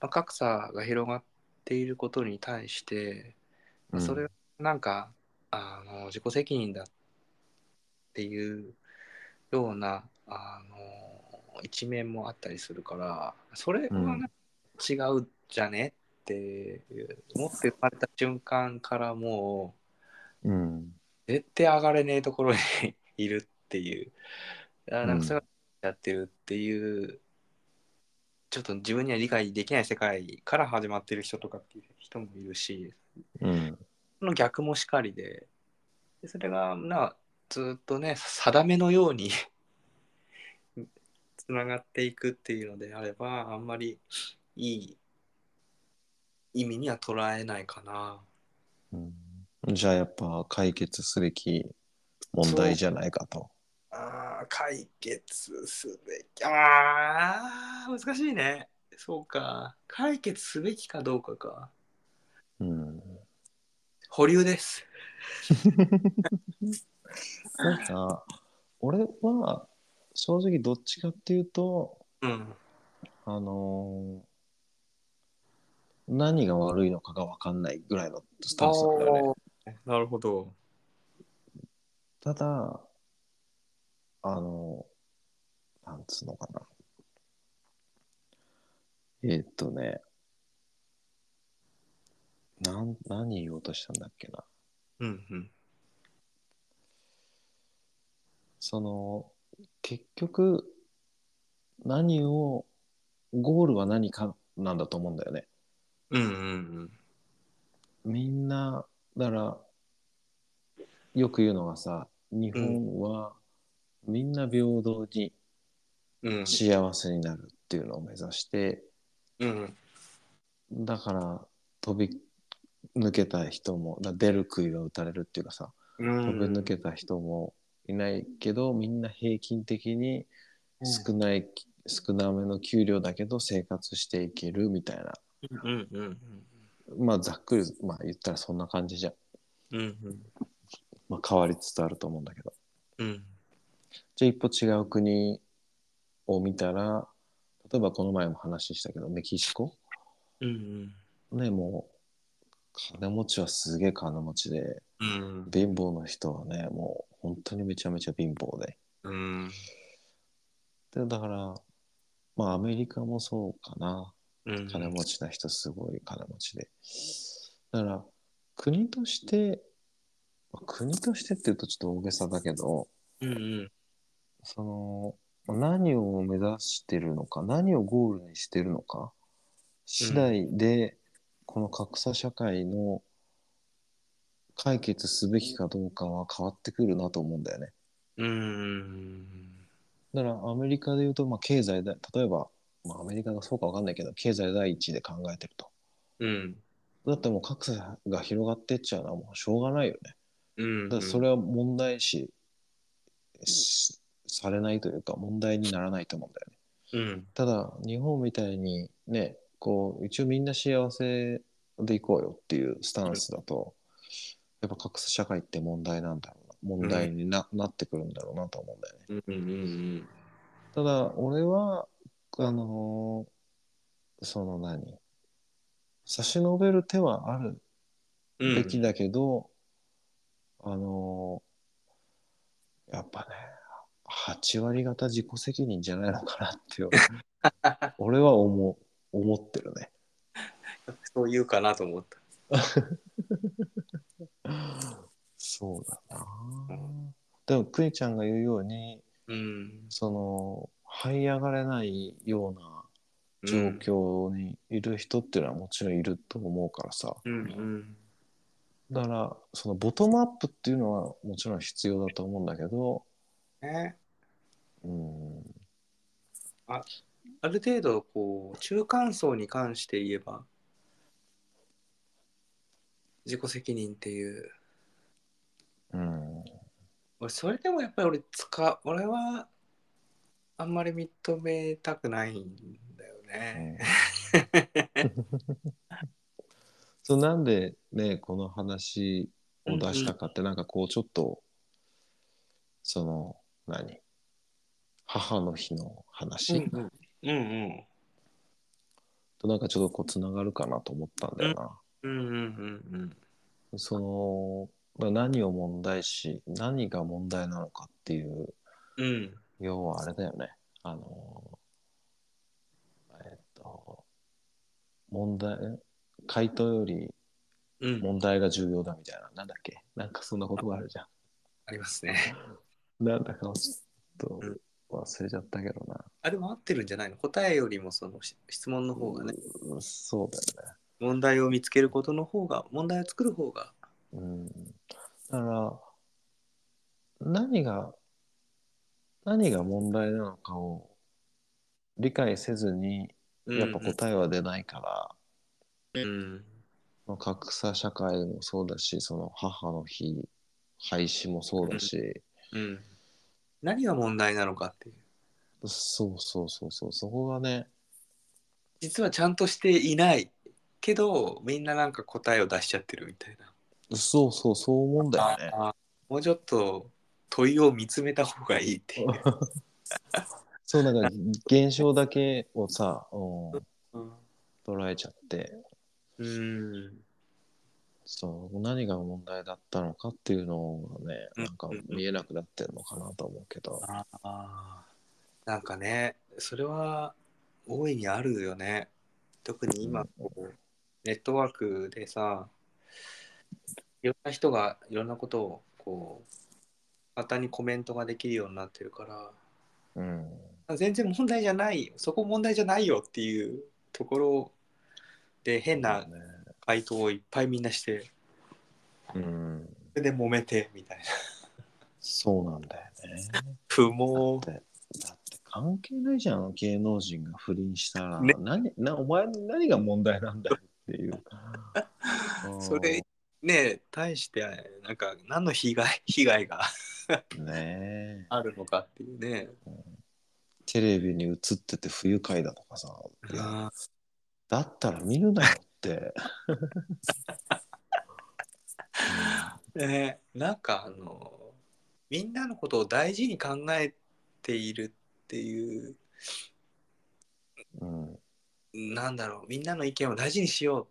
まあ、格差が広がっていることに対して、まあうんそれはなんか、あの自己責任だっていうようなあの一面もあったりするからそれはなんか違うじゃねっていう思って生まれた瞬間からもうん。う絶対上がれねえところにいるっていうあなんかそれがやってるっていう、ちょっと自分には理解できない世界から始まってる人とかっていう人もいるしうん。その逆もしかりででそれがなずっとね定めのように つながっていくっていうのであればあんまりいい意味には捉えないかな。うんじゃあやっぱ解決すべき問題じゃないかと。あー解決すべきあー難しいねそうか解決すべきかどうかかうん、保留ですなんか俺は正直どっちかっていうとうんあのー何が悪いのかが分かんないぐらいのスタンスなんだよね。なるほどただあのーなんつうのかなえーっとねなん何言おうとしたんだっけなうんうんその結局何をゴールは何かなんだと思うんだよね。うんうんみんなだからよく言うのがさ日本はみんな平等にうんうん幸せになるっていうのを目指してうんだから飛び抜けた人もだ出る杭は打たれるっていうかさうん飛び抜けた人もいないけど、みんな平均的に少ない、少なめの給料だけど生活していけるみたいなうんうんうんまあざっくりまあ言ったらそんな感じじゃん、うんうんまあ、変わりつつあると思うんだけどうんじゃあ一歩違う国を見たら例えばこの前も話したけどメキシコうんねもう金持ちはすげえ金持ちでうん貧乏の人はねもう本当にめちゃめちゃ貧乏でうんでだからまあアメリカもそうかなうん金持ちな人すごい金持ちでだから国としてまあ国としてって言うとちょっと大げさだけどうんうんそのまあ何を目指してるのか何をゴールにしてるのか次第で、この格差社会の解決すべきかどうかは変わってくるなと思うんだよね。うんだからアメリカで言うと、まあ、経済だ例えば、まあ、アメリカがそうか分かんないけど経済第一で考えてると。うんだってもう格差が広がってっちゃうのはもうしょうがないよね。うんだからそれは問題視しされないというか問題にならないと思うんだよね。うんただ日本みたいにねこう一応みんな幸せでいこうよっていうスタンスだと、やっぱ格差社会って問題なんだろうな問題にな,、なってくるんだろうなと思うんだよね。うんうんうんただ俺はあのーその何差し伸べる手はあるうんべきだけど、あのーやっぱね8割方自己責任じゃないのかな って俺は思う思ってるね。そう言うかなと思ったそうだな。でもクイちゃんが言うようにうんその這い上がれないような状況にいる人っていうのはもちろんいると思うからさ、うんうんだからそのボトムアップっていうのはもちろん必要だと思うんだけどねうんある程度こう中間層に関して言えば自己責任っていううん俺それでもやっぱり俺使う俺はあんまり認めたくないんだよね。 そうなんでねこの話を出したかって、なんかこうちょっとその何母の日の話、うんうんとなんかちょっとこうつながるかなと思ったんだよな。うんうんうんその何を問題視何が問題なのかっていううんうん要はあれだよねあのえっと問題ん回答よりうん問題が重要だみたいななんだっけなんかそんなことがあるじゃありますね。んなんだかちょうんっと忘れちゃったけどな、あでも合ってるんじゃないの答えよりもそのし質問の方がねうんそうだよね問題を見つけることの方が問題を作る方が。うんだから何が何が問題なのかを理解せずにやっぱ答えは出ないから、え。うんまあ格差社会もそうだしその母の日廃止もそうだし、うん何が問題なのかっていうそうそうそうそうそこがね実はちゃんとしていないけどみんななんか答えを出しちゃってるみたいな。そうそうそう思うんだよねああもうちょっと問いを見つめた方がいいっていう。 そうなんか現象だけをさ、ううんん、捉えちゃってうんそう何が問題だったのかっていうのがねなんか見えなくなってるのかなと思うけど、ああなんかねそれは大いにあるよね特に今こうネットワークでさいろんな人がいろんなことをこう簡単にコメントができるようになってるからうん、あ全然問題じゃないそこ問題じゃないよっていうところで変なね回答をいっぱいみんなしてうん、それで揉めてみたいなそうなんだよね不毛だってだって関係ないじゃん芸能人が不倫したら、ね何なお前の何が問題なんだよっていう それね、対して、なんか、何の被害、被害がねえ。あるのかっていうね。テレビに映ってて不愉快だとかさ。いやあだったら見るなよって。ーね、なんか、あの、みんなのことを大事に考えているっていう、うん。なんだろう、みんなの意見を大事にしよう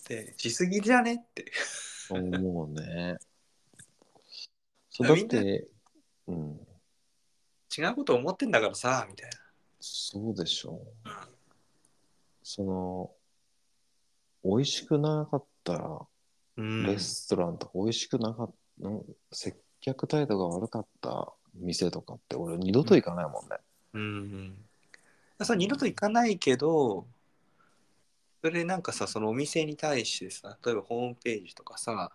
って、しすぎじゃねって。思う ね。そうだって、うん。違うこと思ってんだからさ、みたいそうでしょう。な。その、美味しくなかったら、うんレストランとか美味しくなかった、ん接客態度が悪かった店とかって俺二度と行かないもんね。うんそれ二度と行かないけどそれなんかさそのお店に対してさ例えばホームページとかさ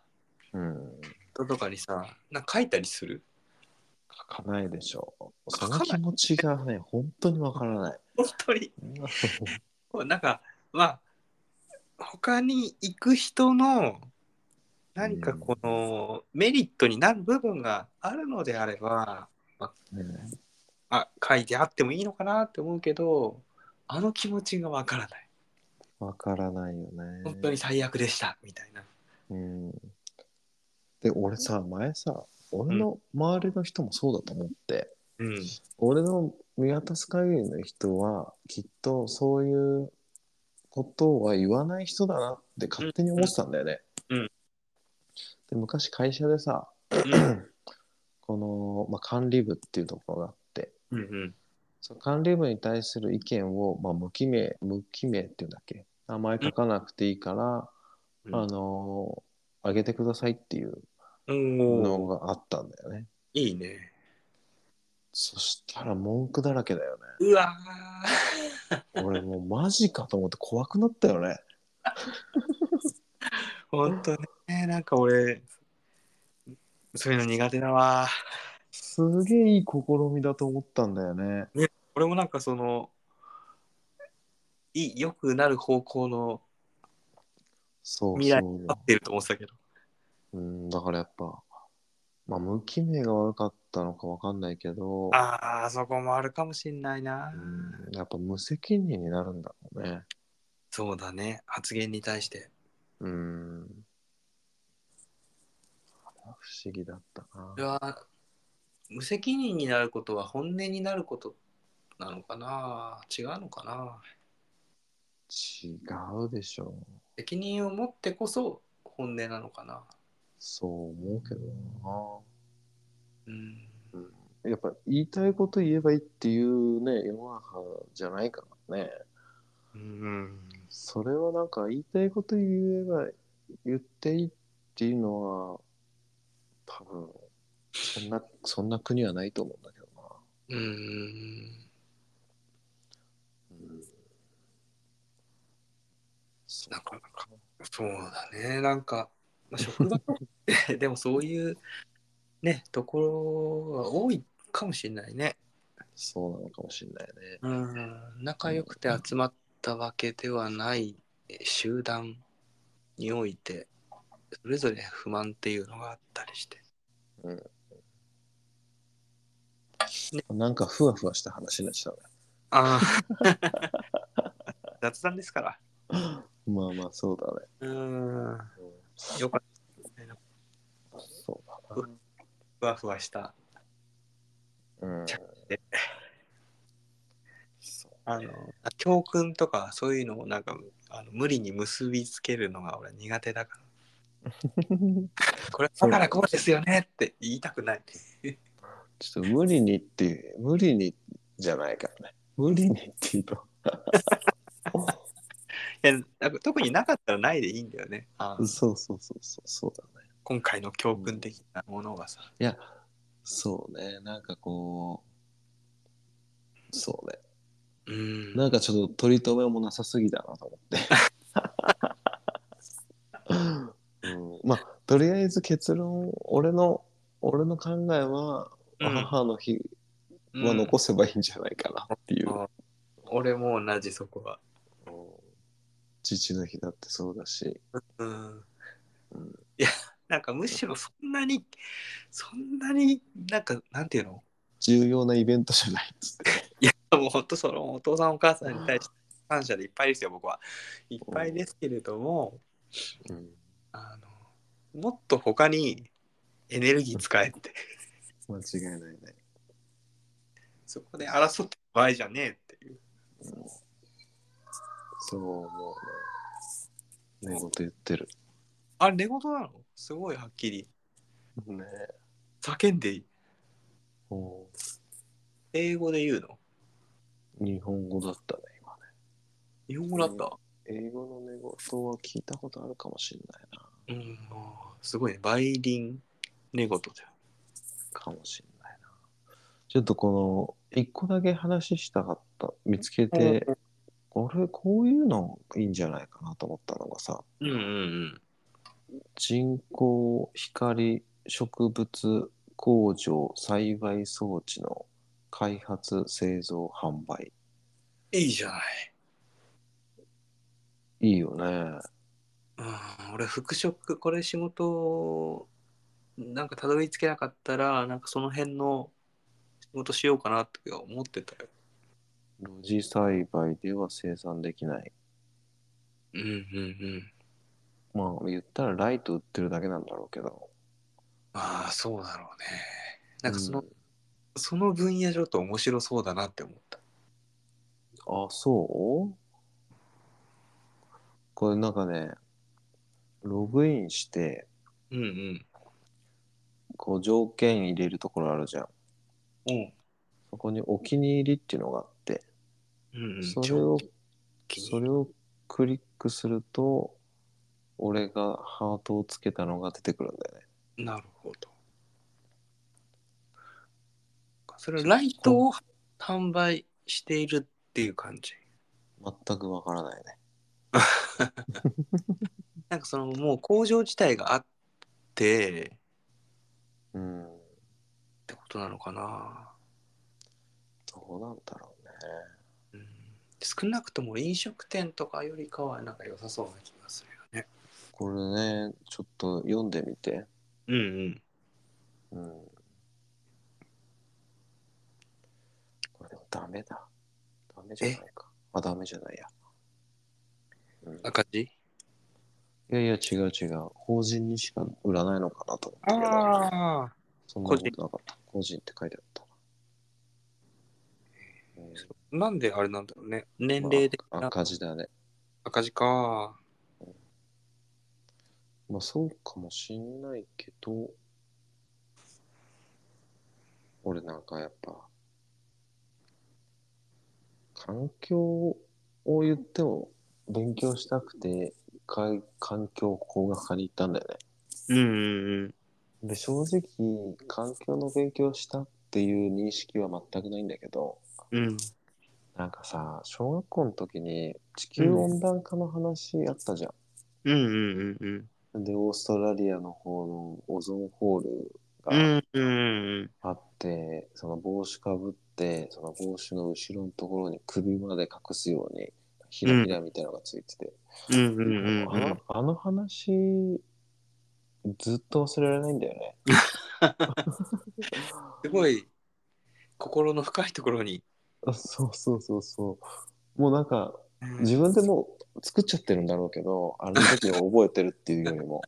うん。とかにさなんか書いたりする書かないでしょう。書そかないの気持ちがね、本当にわからない。 本当になんかまあ他に行く人の何かこのメリットになる部分があるのであればねあ書いてあってもいいのかなって思うけどあの気持ちがわからないわからないよね。本当に最悪でしたみたいな。うん。で、俺さ、前さ、俺の周りの人もそうだと思って、うん俺の見渡す限りの人は、きっとそういうことは言わない人だなって勝手に思ってたんだよね。うんうんで、昔会社でさ、この、まあ、管理部っていうところがあって、うんうんその管理部に対する意見を、まあ、無記名、無記名っていうんだっけ名前書かなくていいから、うんあのー、あげてくださいっていううんのがあったんだよね。いいね。そしたら文句だらけだようわね。俺もうマジかと思って怖くなったよね。ー、ほんとね、なんか俺、そういうの苦手だわ。すげえいい試みだと思ったんだよね。俺もなんかその、いい、良くなる方向のそう未来そう合。ってると思ってたけど。うん、だからやっぱ、まあ、無記名が悪かったのかわかんないけど、ああ、そこもあるかもしんないな。うんやっぱ無責任になるんだろうね。そうだね、発言に対して。うん。不思議だったなそれ。は、無責任になることは本音になることなのかな違うのかな違うでしょう。責任を持ってこそ本音なのかなそう思うけどうん。な。やっぱ言いたいこと言えばいいっていうね、世の中じゃないからね。うんそれはなんか言いたいこと言えば言っていいっていうのは、多分、そんな、 そんな国はないと思うんだけどな。うーんうん。そうなかなかそうだねなんか、まあ、職場 でもそういうねところが多いかもしれないねそうなのかもしれないね。うん仲良くて集まったわけではないえ集団においてそれぞれ不満っていうのがあったりしてなんかふわふわした話になっちゃったね。ああ 雑談ですからまあまあ、そうだね。うんよかったねそうだふわふわしたな。うん。 でそうあの教訓とかそういうのをなんかあの無理に結びつけるのが俺苦手だから これだからこうですよねって言いたくないちょっと無理にっていう、無理にじゃないからね。無理にって言うと。いやなんか特になかったらないでいいんだよねあの そうそうそうそう、そうだね。今回の教訓的なものがさそうね、なんかこう、そうね。うんなんかちょっと取り留めもなさすぎだなと思って。うん、まあ、とりあえず結論、俺の、俺の考えは、うん母の日は残せばいいんじゃないかなっていう。うん俺も同じそこはうん父の日だってそうだし、うんうんなんかむしろそんなに、そんなになんか、なんていうの重要なイベントじゃないっつって。いや、もう本当そのお父さんお母さんに対して感謝でいっぱいですよ、僕は。いっぱいですけれども、うん、あの、もっと他にエネルギー使えって、間違いないね。そこで争ってる場合じゃねえっていう。そう思うね。寝言言ってる。あれ、寝言なのすごいはっきり。ね叫んでいい。お英語で言うの日本語だったね、今ね。日本語だった。英語の寝言は聞いたことあるかもしれないな。うん、すごいね。バイリン寝言だよ。かもしれないな。ちょっとこの、一個だけ話したかった、見つけて、これ、こういうのいいんじゃないかなと思ったのがさ、うんうんうん。人工光植物工場栽培装置の開発製造販売いいじゃない。いいよねうん俺服飾これ仕事なんかたどり着けなかったらなんかその辺の仕事しようかなって思ってたよ。露地栽培では生産できないうんうんうん。まあ言ったらライト売ってるだけなんだろうけどああそうだろうね。なんかその、うその分野ちょっと面白そうだなって思った。あそうこれなんかねログインしてうんうん。こう条件入れるところあるじゃんうんそこにお気に入りっていうのがあってうんうん。それを気にそれをクリックすると俺がハートをつけたのが出てくるんだよねなるほど。それライトを販売しているっていう感じ。全くわからないねなんかそのもう工場自体があって、うんってことなのかな、どうなんだろうねうん、少なくとも飲食店とかよりかはなんか良さそうな気がするよねこれねちょっと読んでみてうんううんんこれでもダメだダメじゃないかあダメじゃないや、うん赤字いやいや違う違う法人にしか売らないのかなと思ったけどああそんなことなかった。個人って書いてあったな。うんなんであれなんだろうね年齢でまあ赤字だね。赤字かまあそうかもしんないけど、俺なんかやっぱ、環境を言っても勉強したくて、かい環境工学科に行ったんだよね。うんうんうんで、正直、環境の勉強したっていう認識は全くないんだけど、うんなんかさ、小学校の時に地球温暖化の話あったじゃん。うんうんうんで、オーストラリアの方のオゾンホールうがんうんあって、その帽子かぶって、その帽子の後ろのところに首まで隠すように、ひらひらみたいなのがついてて、うんうあのあの話、ずっと忘れられないんだよね。 すごい心の深いところに、あそうそうそうそう。もうなんか、自分でもう作っちゃってるんだろうけど、あの時を覚えてるっていうよりも。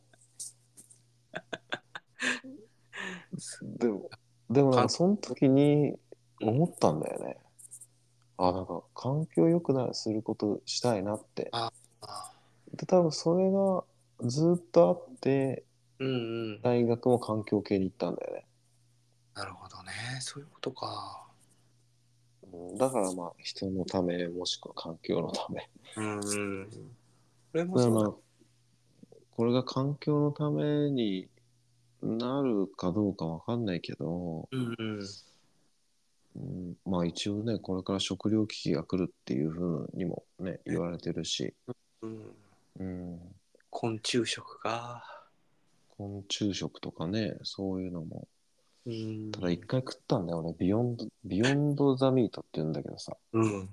でも、でもなんかその時に思ったんだよね。あ、なんか環境良くなるすることしたいなって。あで、多分それがずっとあって、うんうん大学も環境系に行ったんだよね。なるほどねそういうことかうんだからまあ人のためもしくは環境のため。うんうんこれもだからまそうあこれが環境のためになるかどうかわかんないけど、だうんうんうん、まあ一応ねこれから食糧危機が来るっていうふうにもね言われてるし、うんうん、昆虫食か。昆虫食とかねそういうのもうんただ一回食ったんだよ俺ビヨンドビヨンド・ザ・ミートって言うんだけどさうん。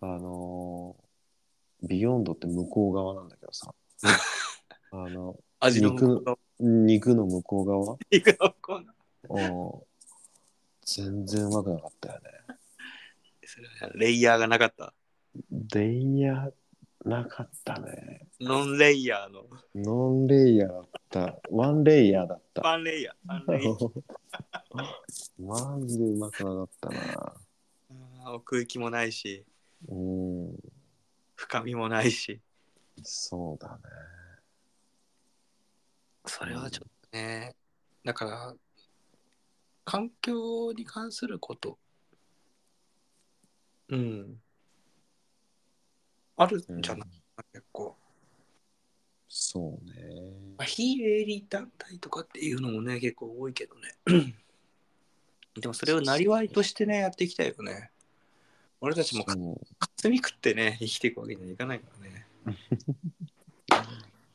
あ のービヨンドって向こう側なんだけどさあの味の向こうの肉の向こう側肉の向こううのん全然うまくなかったよね。 それはレイヤーがなかったレイヤーなかったね。ノンレイヤ ーのノンレイヤーだった。ワンレイヤーだった。パンレイヤーパンレイヤーマジでうまくなかったな。あー奥行きもないしうん、深みもないしそうだね。それはちょっとねだから環境に関することうんあるうんんじゃない、結構、そうねまあ、。非営利団体とかっていうのもね結構多いけどねでもそれをなりわいとしてねやっていきたいよね俺たちもそ罪食ってね生きていくわけにはいかないからね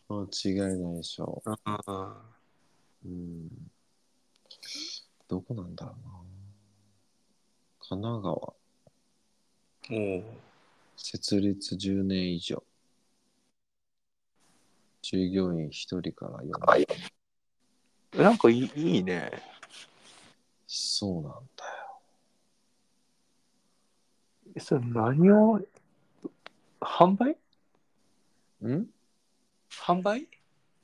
う間違いないでしょああう。うん。どこなんだろうな。神奈川、おう設立10年以上。従業員1人から4人。なんかいいいいねそうなんだよ。それ何を販売ん販売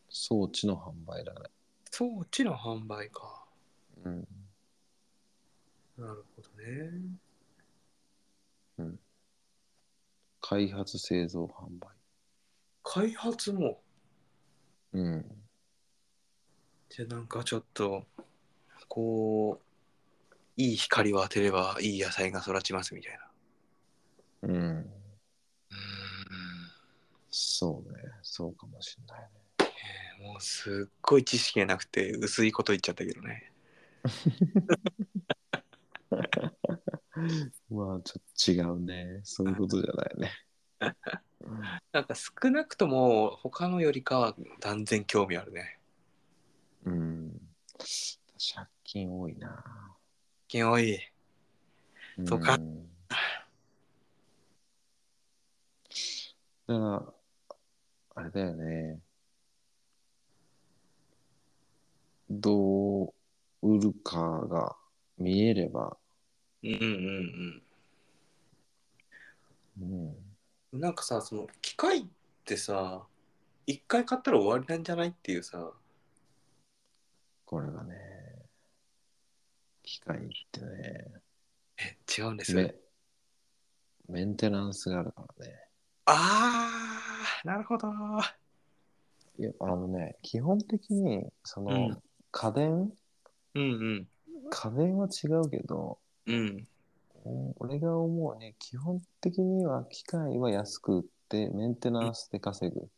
装置の販売だね。装置の販売かうん。なるほどね開発、製造、販売。開発もうん。じゃあなんかちょっとこういい光を当てればいい野菜が育ちますみたいなうん。そうね。そうかもしれないね。うんもうすっごい知識がなくて薄いこと言っちゃったけどねまあ、ちょっと違うね。そういうことじゃないね。なんか少なくとも他のよりかは断然興味あるねうん。借金多いな。金多いとかうんだから、あれだよね。どう売るかが見えれば、うんうんうんうん、なんかさその機械ってさ一回買ったら終わりなんじゃないっていうさこれがね、機械ってね、え違うんですよ、メメンテナンスがあるからね。あーなるほどいやあのね、基本的に、その、うん家電うんうん家電は違うけど、うんうん俺が思うね、基本的には機械は安く売って、メンテナンスで稼ぐ。う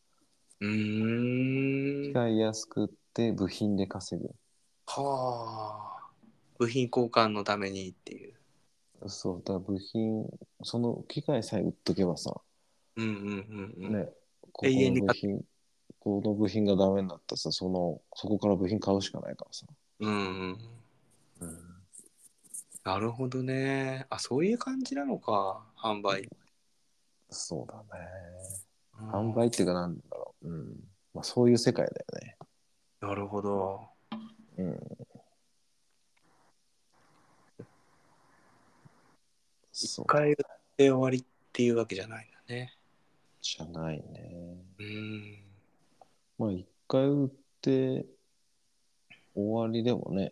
機ーん械安く売って、部品で稼ぐ。はあ部品交換のためにっていうそう、だから部品、その機械さえ売っとけばさ、うんうんうんうんね、ここ永遠にの部買っ品、この部品がダメになったらさ、その、そこから部品買うしかないからさ。うんうんなるほどねあそういう感じなのか販売そうだね。販売っていうかなんだろう。うん。まあそういう世界だよね。なるほどうんそう一回売って終わりっていうわけじゃないんだねじゃないね。うんまあ一回売って終わりでもね、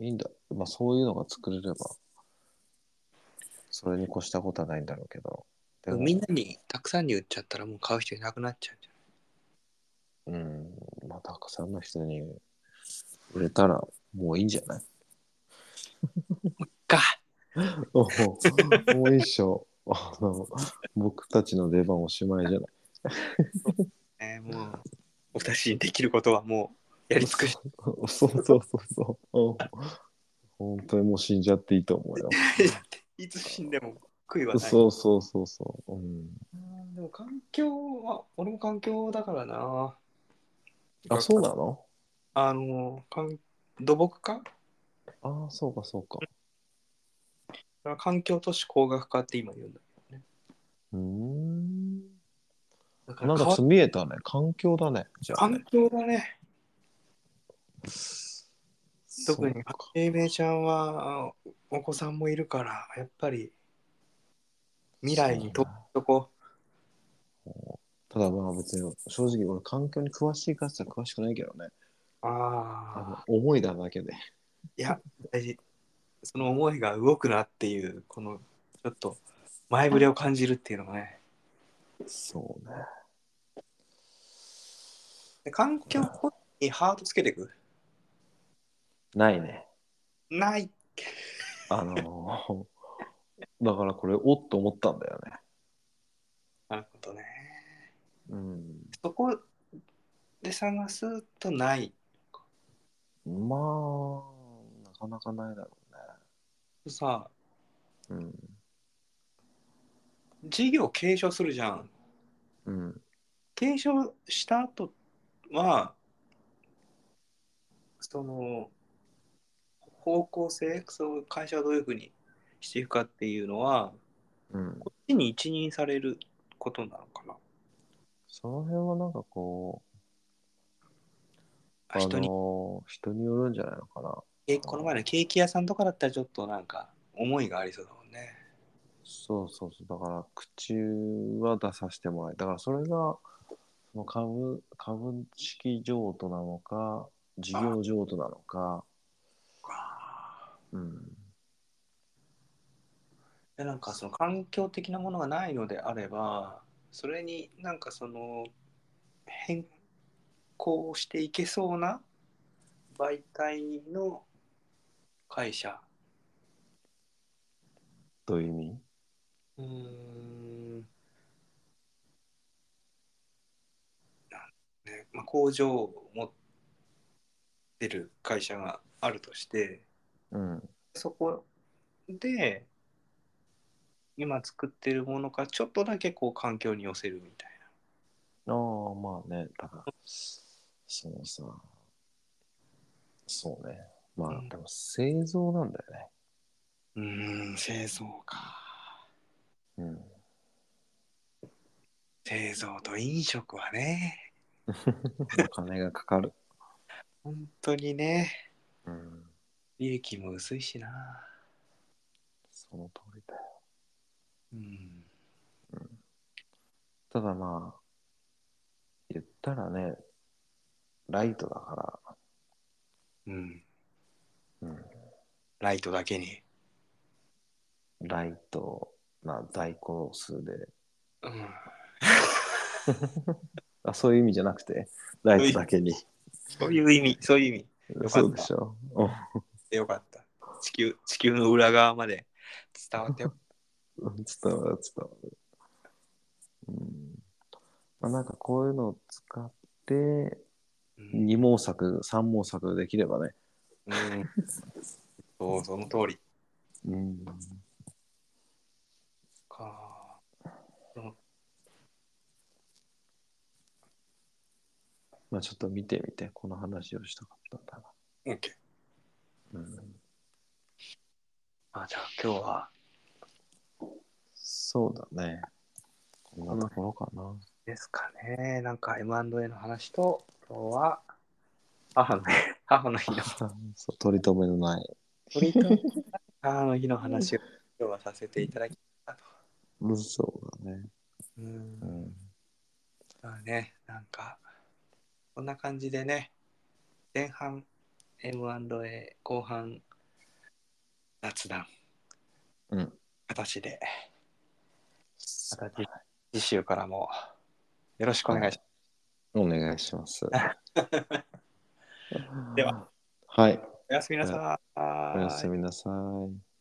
いいんだ。まあそういうのが作れれば、それに越したことはないんだろうけど。でもみんなにたくさんに売っちゃったらもう買う人いなくなっちゃうじうん。まあたくさんの人に売れたらもういいんじゃないゃん。かもうもう一生、あの、僕たちの出番おしまいじゃないえーもうお達しにできることはもうやり尽くしそうそうそうそう。うん本当にもう死んじゃっていいと思うよ。ていつ死んでも悔いはない。そうそうそうそう。うん、うんでも環境は俺も環境だからな。あ、そうなのあの環土木あ化あ、そうかそうか。環境都市工学化って今言うんだ。うーん。だかならん変わかっ見えたね。環境だね。じゃあね、環境だね。そう特にか英明ちゃんはお子さんもいるから、やっぱり未来にとっとこただまあ別に正直俺環境に詳しいかつら詳しくないけどね。う。ああ、あの思いだだけで。いや、大事。その思いが動くなっていう、このちょっと前触れを感じるっていうのがね。そうね。で環境にハートつけていくないね。ない。あのー だからこれおっと思ったんだよね。なるほどね。うん。そこで探すとない。まあ、なかなかないだろさ、うね。事業継承するじゃん。うん。うん。継承した後はその方向性その会社をどういうふうにしていくかっていうのはうん。こっちに一任されることなのかなその辺はなんかこう、ああの人にー人によるんじゃないのかな。えこの前のケーキ屋さんとかだったらちょっとなんか思いがありそうだもんねそうそうそう。だから、口は出させてもらい。だから、それが、その株、株式譲渡なのか、事業譲渡なのか、うん。でなんかその環境的なものがないのであればそれになんかその変更していけそうな媒体の会社どういう意味うーんなんねまあ、工場を持ってる会社があるとしてうん。そこで今作ってるものからちょっとだけこう環境に寄せるみたいああ、まあね。だから、そのさ、そうね。まあ、うんでも製造なんだよね。な。うーん製造か。うん。製造と飲食はねお金がかかる。本当にねうん。利益も薄いしな。その通りだよ。うんただまあ、言ったらね、ライトだかうん、ら、うん。ライトだけに。ライトな在庫数で、うんあ、そういう意味じゃなくて、ライトだけに。そういう意味、そういう意味よかったそうでしょ。うんでよかった。地球、地球の裏側まで伝わってよ。うん伝わる伝わる。うんまあ、なんかこういうのを使って、うん、二毛作、三毛作できればね。うんそう、その通り。うん。か。まあちょっと見てみて、この話をしたかったんだオッケー。な。うん、あ、じゃあ今日はそうだね。こんなところかな。ですかね。なんか M&A の話と、今日は母の母の日 のそう取り留めのない。鳥と母の日の話を今日はさせていただきたと。うんそうだね。うんう。ん。まあね、なんか、こんな感じでね、前半 M&A、後半雑談、うん。形で、またはい次週からもよろしくお願いしお願いします。では。はい。 ます。おやすみなさい。おやすみなさい。